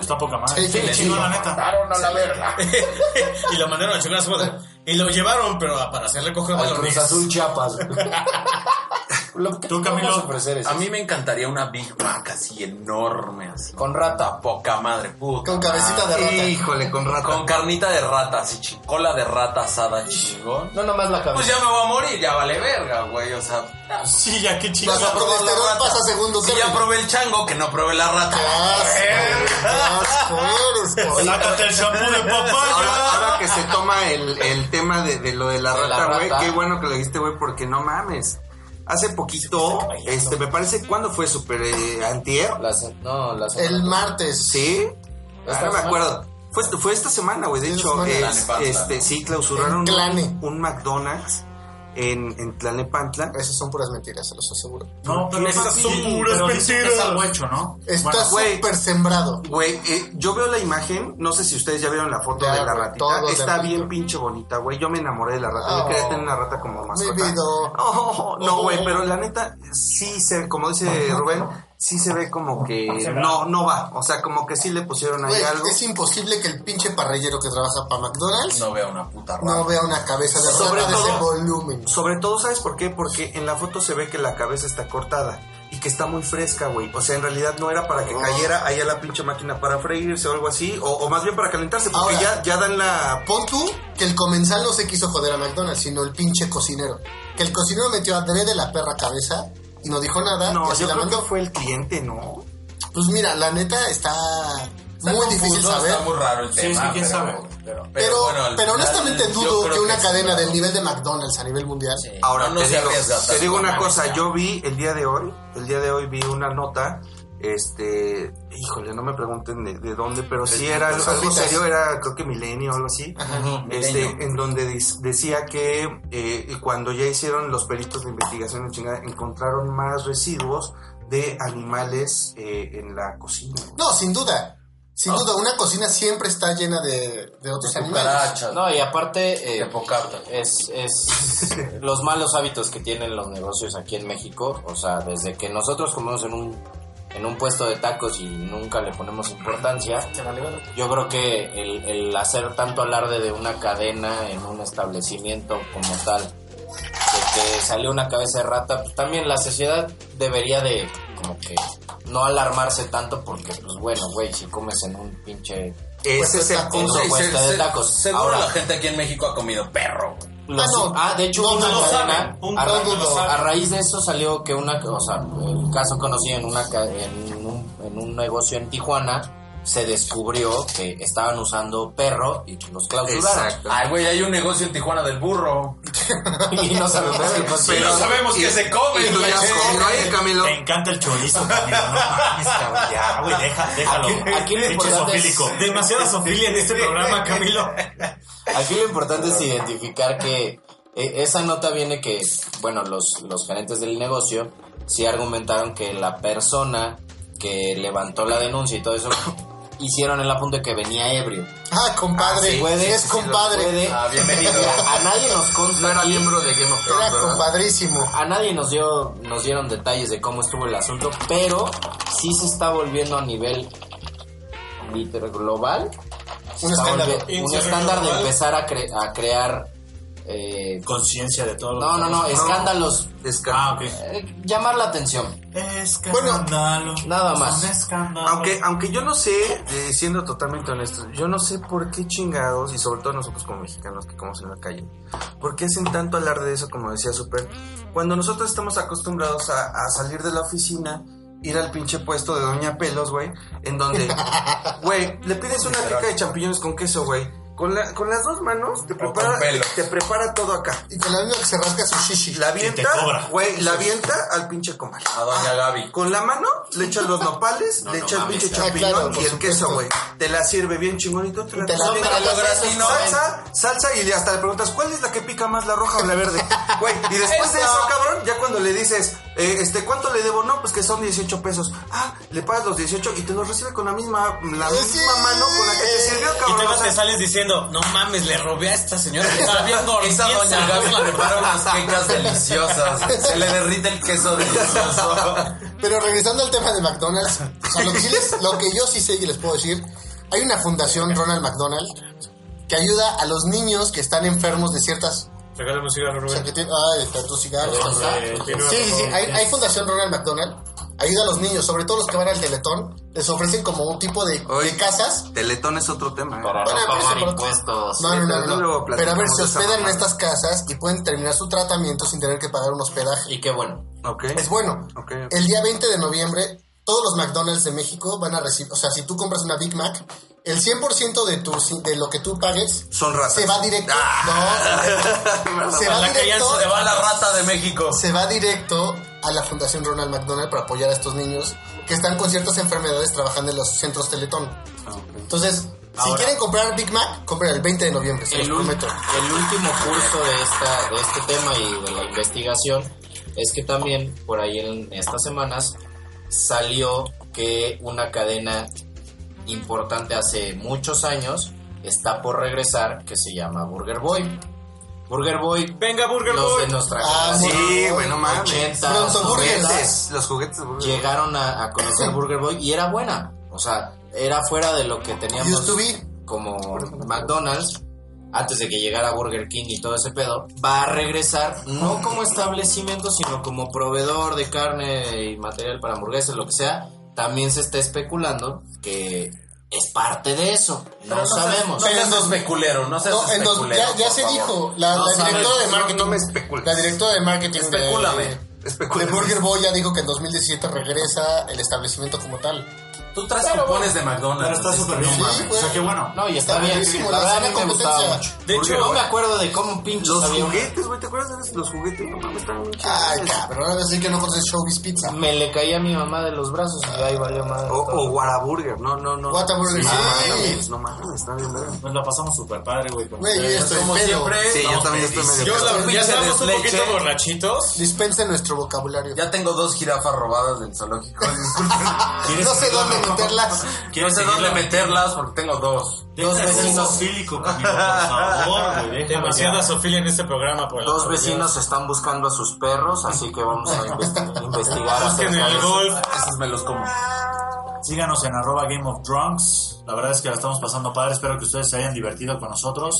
Speaker 3: Está poca madre.
Speaker 5: Sí, sí,
Speaker 3: Qué
Speaker 5: sí.
Speaker 3: chido, la neta.
Speaker 8: a la verga.
Speaker 6: Y lo mandaron a chingar a su madre. Y lo llevaron, pero para hacerle coger
Speaker 8: Al Cruz
Speaker 6: balones.
Speaker 8: Azul Chiapas. güey. Lo que
Speaker 3: Tú,
Speaker 8: te
Speaker 3: Camilo,
Speaker 8: vamos a ofrecer es
Speaker 22: A mí me encantaría una Big Mac así enorme, así.
Speaker 8: Con rata.
Speaker 22: Poca madre, puta.
Speaker 5: Con cabecita de rata.
Speaker 22: Híjole, con rata. Con carnita de rata, así, chi- cola de rata asada, chingón.
Speaker 8: No, nomás la
Speaker 22: Pues
Speaker 8: cabeza.
Speaker 22: ya me voy a morir, ya vale verga, güey, o sea.
Speaker 3: Sí, ya qué chido.
Speaker 5: Vas a
Speaker 22: probé
Speaker 5: colesterol
Speaker 22: la rata.
Speaker 5: pasa a segundo
Speaker 22: Si ya
Speaker 5: término.
Speaker 22: probé el chango, que no probé la rata.
Speaker 5: Qué asco, qué asco eres, cabrón.
Speaker 3: Sácate el champú de
Speaker 4: Ahora,
Speaker 3: papaya.
Speaker 4: ahora que se toma el, el tema de, de lo de la
Speaker 8: De la
Speaker 4: rata, güey,
Speaker 8: rata.
Speaker 4: qué bueno que lo dijiste, güey, porque no mames. Hace poquito, este, me parece, ¿cuándo fue? Super eh, antier.
Speaker 8: La se- no, la semana-
Speaker 5: El martes.
Speaker 4: Sí,
Speaker 8: ¿Esta
Speaker 4: ahora me
Speaker 8: semana?
Speaker 4: acuerdo. Fue, fue esta semana, güey. De
Speaker 5: Esta
Speaker 4: hecho,
Speaker 5: semana.
Speaker 4: es-
Speaker 22: La nefasta,
Speaker 4: este, sí, clausuraron
Speaker 5: En Clane.
Speaker 4: un, un McDonald's en, en Tlalnepantla.
Speaker 5: Esas son puras mentiras, se los aseguro.
Speaker 4: No, pero esas son puras
Speaker 5: pero dicen que es
Speaker 4: mentiras.
Speaker 5: algo hecho, ¿no? Está
Speaker 4: Bueno, güey.
Speaker 5: súper sembrado.
Speaker 4: Güey, eh, yo veo la imagen, no sé si ustedes ya vieron la foto
Speaker 5: Ya,
Speaker 4: de la
Speaker 5: güey,
Speaker 4: ratita.
Speaker 5: todos
Speaker 4: Está
Speaker 5: la-
Speaker 4: bien pinche bonita, güey. Yo me enamoré de la rata. Yo
Speaker 5: Oh,
Speaker 4: quería tener una rata como mascota.
Speaker 5: vida.
Speaker 4: Oh, no, güey, pero la neta, sí se, como dice Rubén, sí se ve como que no, no va. O sea, como que sí le pusieron ahí
Speaker 5: Güey,
Speaker 4: algo.
Speaker 5: es imposible que el pinche parrillero que trabaja para McDonald's
Speaker 23: No vea una puta rata.
Speaker 5: no vea una cabeza de
Speaker 4: Sobre
Speaker 5: rata de
Speaker 4: todo-
Speaker 5: ese volumen.
Speaker 4: Sobre todo, ¿sabes por qué? Porque en la foto se ve que la cabeza está cortada y que está muy fresca, güey. O sea, en realidad no era
Speaker 5: Oh.
Speaker 4: para que cayera ahí a la pinche máquina para freírse o algo así, o, o más bien para calentarse, porque ya,
Speaker 5: Ahora.
Speaker 4: ya dan la.
Speaker 5: Pon tú que el comensal no se quiso joder a McDonald's, sino el pinche cocinero. Que el cocinero metió adrede la perra cabeza y no dijo nada.
Speaker 4: No,
Speaker 5: y así
Speaker 4: yo
Speaker 5: la
Speaker 4: creo
Speaker 5: mandó.
Speaker 4: que fue el cliente, ¿no?
Speaker 5: Pues mira, la neta está, muy
Speaker 23: confuso,
Speaker 5: difícil saber.
Speaker 23: Está muy raro el tema.
Speaker 5: quién
Speaker 23: pero-
Speaker 5: sabe.
Speaker 23: Pero, pero,
Speaker 5: Pero,
Speaker 23: bueno, al
Speaker 5: pero
Speaker 23: final,
Speaker 5: honestamente
Speaker 23: yo
Speaker 5: dudo
Speaker 23: creo
Speaker 5: que una
Speaker 23: sí,
Speaker 5: cadena
Speaker 23: ¿no?
Speaker 5: del nivel de McDonald's a nivel mundial.
Speaker 4: Ahora,
Speaker 23: Eh, No, no
Speaker 4: te,
Speaker 23: se
Speaker 4: digo,
Speaker 23: arriesga
Speaker 4: te
Speaker 23: tanto,
Speaker 4: digo una
Speaker 23: no,
Speaker 4: cosa,
Speaker 23: ya.
Speaker 4: yo vi el día de hoy, el día de hoy vi una nota, este, híjole, no me pregunten de, de dónde, pero sí
Speaker 23: Es-
Speaker 4: era
Speaker 23: es-
Speaker 4: algo
Speaker 23: es-
Speaker 4: serio, era creo que milenio o algo así,
Speaker 23: Ajá.
Speaker 4: este,
Speaker 23: Milenio.
Speaker 4: en donde dis- decía que eh, cuando ya hicieron los peritos de investigación, la chingada, encontraron más residuos de animales eh, en la cocina.
Speaker 5: No, sin duda. Sin duda, una cocina siempre está llena de, de otros animales.
Speaker 8: No, y aparte, eh, es, es los malos hábitos que tienen los negocios aquí en México. O sea, desde que nosotros comemos en un, en un puesto de tacos y nunca le ponemos importancia, yo creo que el, el hacer tanto alarde de una cadena en un establecimiento como tal, de que salió una cabeza de rata, pues también la sociedad debería de, como que, no alarmarse tanto porque, pues bueno, güey, si comes en un pinche...
Speaker 4: Ese es el
Speaker 8: en un
Speaker 23: punto.
Speaker 8: puesto
Speaker 23: Se-
Speaker 8: de
Speaker 23: se-
Speaker 8: tacos.
Speaker 23: Seguro
Speaker 8: Ahora,
Speaker 23: la gente aquí en México ha comido perro.
Speaker 8: los-
Speaker 23: no.
Speaker 8: ah, de hecho,
Speaker 23: No,
Speaker 8: una
Speaker 23: no lo
Speaker 8: cadena,
Speaker 23: saben. Un
Speaker 8: a, ra-
Speaker 23: tanto lo saben.
Speaker 8: a raíz de eso salió que una, o sea, el caso conocido en, una, ca- en, un, en un negocio en Tijuana se descubrió que estaban usando perro y que los clausuraron.
Speaker 23: Exacto. Ay, güey, hay un negocio en Tijuana del burro.
Speaker 8: y no sabemos qué
Speaker 23: Y
Speaker 8: consiguieron.
Speaker 23: no sabemos qué
Speaker 8: Y-
Speaker 23: se come.
Speaker 8: y lo ya
Speaker 23: güey.
Speaker 8: comió ahí, Camilo.
Speaker 3: Me encanta el chorizo, Camilo. No mames, cabrón. Ya, güey, deja, déjalo.
Speaker 8: Aquí- aquí lo
Speaker 3: Pinche
Speaker 8: importante es-
Speaker 3: zoofílico. Demasiada sofilia en este programa, Camilo.
Speaker 8: Aquí lo importante es identificar que eh, esa nota viene que, bueno, los, los gerentes del negocio sí argumentaron que la persona que levantó la denuncia y todo eso hicieron el apunte que venía ebrio.
Speaker 5: Ah, compadre,
Speaker 8: Ah, sí,
Speaker 5: puede,
Speaker 8: sí, sí,
Speaker 5: es
Speaker 8: sí,
Speaker 5: compadre.
Speaker 8: lo puede. Ah, bienvenido. A nadie nos consta. No era miembro de Game of
Speaker 5: Era compadrísimo.
Speaker 8: A nadie nos dio, nos dieron detalles de cómo estuvo el asunto, pero sí se está volviendo a nivel liter- global. Se
Speaker 3: Un
Speaker 8: está
Speaker 3: estándar.
Speaker 8: volviendo- un
Speaker 3: Internet
Speaker 8: estándar de
Speaker 3: global.
Speaker 8: empezar a, cre- a crear eh,
Speaker 3: Conciencia de todo. lo
Speaker 8: no,
Speaker 3: que
Speaker 8: no, no,
Speaker 3: estamos-
Speaker 8: escándalos.
Speaker 3: Ah, ok.
Speaker 8: Eh, llamar la atención.
Speaker 4: Bueno,
Speaker 8: nada más.
Speaker 4: Aunque, aunque yo no sé, eh, siendo totalmente honesto, yo no sé por qué chingados, y sobre todo nosotros como mexicanos que comemos en la calle, ¿por qué hacen tanto alarde de eso, como decía Super? Cuando nosotros estamos acostumbrados a, a salir de la oficina, ir al pinche puesto de Doña Pelos, güey, en donde, güey, le pides una pica de champiñones con queso, güey. Con, la- con las dos manos te prepara, te prepara todo acá.
Speaker 5: Y con la misma que se rasca su shishi.
Speaker 4: La avienta,
Speaker 5: cobra.
Speaker 4: güey, la avienta al pinche comal. Ah,
Speaker 23: A doña Gaby.
Speaker 4: Con la mano le echas los nopales,
Speaker 23: No,
Speaker 4: le
Speaker 23: no
Speaker 4: echas el
Speaker 23: mames,
Speaker 4: pinche
Speaker 23: claro.
Speaker 4: champiñón
Speaker 23: Ah, claro,
Speaker 4: y
Speaker 23: por
Speaker 4: el queso, güey. Te la sirve bien chingonito. Te la
Speaker 5: Te la
Speaker 4: sirve
Speaker 5: metes
Speaker 4: con
Speaker 5: los grasinos,
Speaker 4: salsa, salsa y hasta le preguntas, ¿cuál es la que pica más, la roja o la verde? Güey, y después de
Speaker 5: Eso.
Speaker 4: eso, cabrón, ya cuando le dices, eh, este, ¿cuánto le debo? No, pues que son 18 pesos. Ah, le pagas los 18 y te los recibe con la misma, la misma mano con la que te sirvió,
Speaker 6: Y
Speaker 4: cabrón.
Speaker 6: te
Speaker 4: O
Speaker 6: vas
Speaker 4: sea,
Speaker 6: te sales diciendo, no mames, le robé a esta señora que
Speaker 23: Esa
Speaker 6: está bien
Speaker 23: esa
Speaker 6: gordita,
Speaker 23: doña Gaby
Speaker 6: güey".
Speaker 23: le prepara unas quecas deliciosas. Se le derrite el queso delicioso.
Speaker 5: Pero regresando al tema de McDonald's, o sea, lo, que sí les- lo que yo sí sé y les puedo decir, hay una fundación Ronald McDonald que ayuda a los niños que están enfermos de ciertas...
Speaker 6: Regálame un cigarro,
Speaker 5: O sea,
Speaker 6: Rubén.
Speaker 5: que ah, este, tienen- ay, está tu cigarro, está acá.
Speaker 6: Eh,
Speaker 5: Sí,
Speaker 6: tiene una
Speaker 5: sí, sí,
Speaker 6: razón.
Speaker 5: hay, hay fundación Ronald McDonald, ayuda a los niños, sobre todo los que van al Teletón, les ofrecen como un tipo de, de casas
Speaker 4: Teletón es otro tema. ¿eh?
Speaker 8: Para
Speaker 5: Bueno,
Speaker 8: no
Speaker 5: pero eso
Speaker 8: pagar
Speaker 5: por-
Speaker 8: impuestos.
Speaker 5: No, no, no, no.
Speaker 4: Luego platicamos
Speaker 5: Pero a ver, se
Speaker 4: de esa
Speaker 5: hospedan en
Speaker 4: mamá.
Speaker 5: estas casas y pueden terminar su tratamiento sin tener que pagar un hospedaje.
Speaker 8: Y qué bueno.
Speaker 4: Ok,
Speaker 5: Es bueno.
Speaker 4: ok, ok.
Speaker 5: El día 20 de noviembre, todos los McDonald's de México van a recibir, o sea, si tú compras una Big Mac, el 100% de, tu, de lo que tú pagues
Speaker 4: Son ratas. Ah.
Speaker 5: se va directo. No, se va
Speaker 23: La que ya
Speaker 5: directo.
Speaker 23: se va la rata de México.
Speaker 5: Se va directo a la Fundación Ronald McDonald para apoyar a estos niños que están con ciertas enfermedades trabajando en los centros Teletón. Entonces, Si
Speaker 8: Ah, Ahora.
Speaker 5: quieren comprar Big Mac, compren el 20 de noviembre, se los
Speaker 8: el, ul-
Speaker 5: prometo.
Speaker 8: el último curso de, esta, de este tema y de la investigación es que también por ahí en estas semanas salió que una cadena importante hace muchos años está por regresar que se llama Burger Boy. Burger Boy. Venga, Burger Boy. De nuestra
Speaker 4: Ah,
Speaker 8: generación,
Speaker 4: sí, güey, no mames.
Speaker 8: 80,
Speaker 4: Pronto, Burger.
Speaker 8: 90s,
Speaker 4: Los juguetes de Burger.
Speaker 8: Llegaron a, a conocer Burger Boy y era buena. O sea, era fuera de lo que teníamos como McDonald's antes de que llegara Burger King y todo ese pedo, va a regresar no como establecimiento, sino como proveedor de carne y material para hamburguesas, lo que sea. También se está especulando que es parte de eso. No,
Speaker 5: Pero no seas-
Speaker 8: sabemos.
Speaker 5: no seas No,
Speaker 8: especulero, no
Speaker 5: No, en dos- ya, ya se dijo, la, la directora de marketing, la directora de marketing de-
Speaker 8: Especúlame,
Speaker 5: de, Burger Boy ya dijo que en 2017 regresa el establecimiento como tal.
Speaker 24: Tú traes cupones de McDonald's.
Speaker 5: Pero está
Speaker 3: Este,
Speaker 24: así
Speaker 5: súper
Speaker 24: que no
Speaker 5: bien,
Speaker 24: mames.
Speaker 5: sí,
Speaker 24: O sea, qué bueno.
Speaker 8: No, y está, bien.
Speaker 5: buenísimo, la
Speaker 8: La verdad, a
Speaker 5: sana
Speaker 8: mí me gustaba
Speaker 5: competencia.
Speaker 8: mucho. De hecho, no me acuerdo de cómo pinches
Speaker 4: Los
Speaker 8: había una-
Speaker 4: juguetes, güey, ¿te acuerdas de los juguetes? No mames, estaban bien chidos.
Speaker 5: Ay, cabrón, ahora sí que no conoces Showbiz Pizza.
Speaker 8: Me le caía a mi mamá de los brazos y ahí valió madre.
Speaker 4: O, o Guaraburger, no, no, no.
Speaker 8: Guataburger,
Speaker 4: no
Speaker 8: sí.
Speaker 4: mames, no mames, está bien, verga.
Speaker 3: Pues la pasamos súper padre, güey. con
Speaker 5: Güey, yo
Speaker 3: ustedes.
Speaker 5: ya estoy Como pedo. siempre,
Speaker 4: Sí, yo
Speaker 5: no,
Speaker 4: también estoy medio.
Speaker 5: Yo, la-
Speaker 4: pedo.
Speaker 5: ya estábamos un poquito
Speaker 4: Leche.
Speaker 8: borrachitos.
Speaker 5: Dispense nuestro vocabulario.
Speaker 24: Ya tengo dos jirafas robadas del zoológico.
Speaker 5: No sé dónde meterlas.
Speaker 24: No sé dónde meterlas porque tengo dos.
Speaker 8: Dos vecinos.
Speaker 6: Demasiada sofilia en este programa, por el
Speaker 8: Dos
Speaker 6: amor de
Speaker 8: vecinos están buscando a sus perros, así que vamos a investi- investigar
Speaker 3: Busquen
Speaker 8: acerca
Speaker 3: el
Speaker 8: de eso.
Speaker 3: golf.
Speaker 24: Esos me los como.
Speaker 3: Síganos en arroba Game of Drunks. La verdad es que la estamos pasando padre. Espero que ustedes se hayan divertido con nosotros.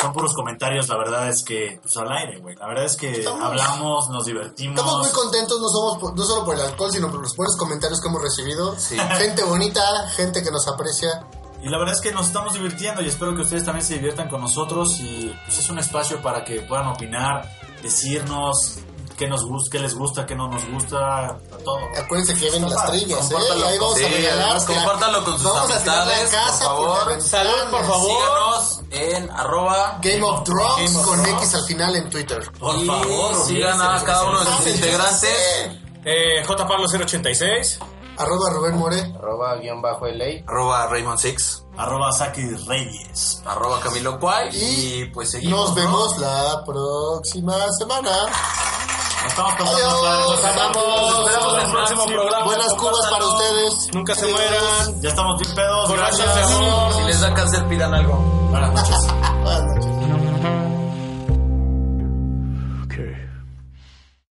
Speaker 3: Son puros comentarios, la verdad es que, pues al aire, güey. La verdad es que
Speaker 5: Estamos-
Speaker 3: hablamos, nos divertimos.
Speaker 5: Estamos muy contentos, no, somos por- no solo por el alcohol, sino por los buenos comentarios que hemos recibido. Gente bonita, gente que nos aprecia.
Speaker 3: Y la verdad es que nos estamos divirtiendo y espero que ustedes también se diviertan con nosotros y pues es un espacio para que puedan opinar, decirnos qué nos gusta, qué les gusta, qué no nos gusta, todo.
Speaker 5: Acuérdense que vienen las
Speaker 3: Compártalo,
Speaker 5: trillas, ¿eh?
Speaker 3: compártalo
Speaker 5: Ahí vamos a
Speaker 3: con- sí,
Speaker 5: regalar.
Speaker 3: además, compártalo
Speaker 24: con sus
Speaker 5: vamos a tirar la
Speaker 24: amistades, por
Speaker 5: casa la
Speaker 24: favor.
Speaker 5: ventana.
Speaker 24: Salud, por favor. Síganos en arroba
Speaker 5: Game of Thrones
Speaker 24: Game of
Speaker 5: con
Speaker 24: Thrones.
Speaker 5: X al final en Twitter.
Speaker 24: Y sigan a cada uno de sus integrantes.
Speaker 6: Eh, J. Pablo 086.
Speaker 5: Arroba Rubén More.
Speaker 8: Arroba guión bajo LA.
Speaker 24: Arroba Raymond Six.
Speaker 3: Arroba Saki Reyes.
Speaker 24: Arroba Camilo Cuay. Y, pues seguimos.
Speaker 5: Nos vemos la próxima semana.
Speaker 3: estamos
Speaker 5: Adiós.
Speaker 3: Nos amamos.
Speaker 5: Nos
Speaker 3: esperamos en el próximo programa.
Speaker 5: Buenas cubas para ustedes.
Speaker 6: Nunca se mueran.
Speaker 3: Ya estamos bien pedos.
Speaker 6: Borrachos de
Speaker 3: gracias.
Speaker 6: amor.
Speaker 24: Si les da cáncer, pidan algo.
Speaker 3: Buenas noches.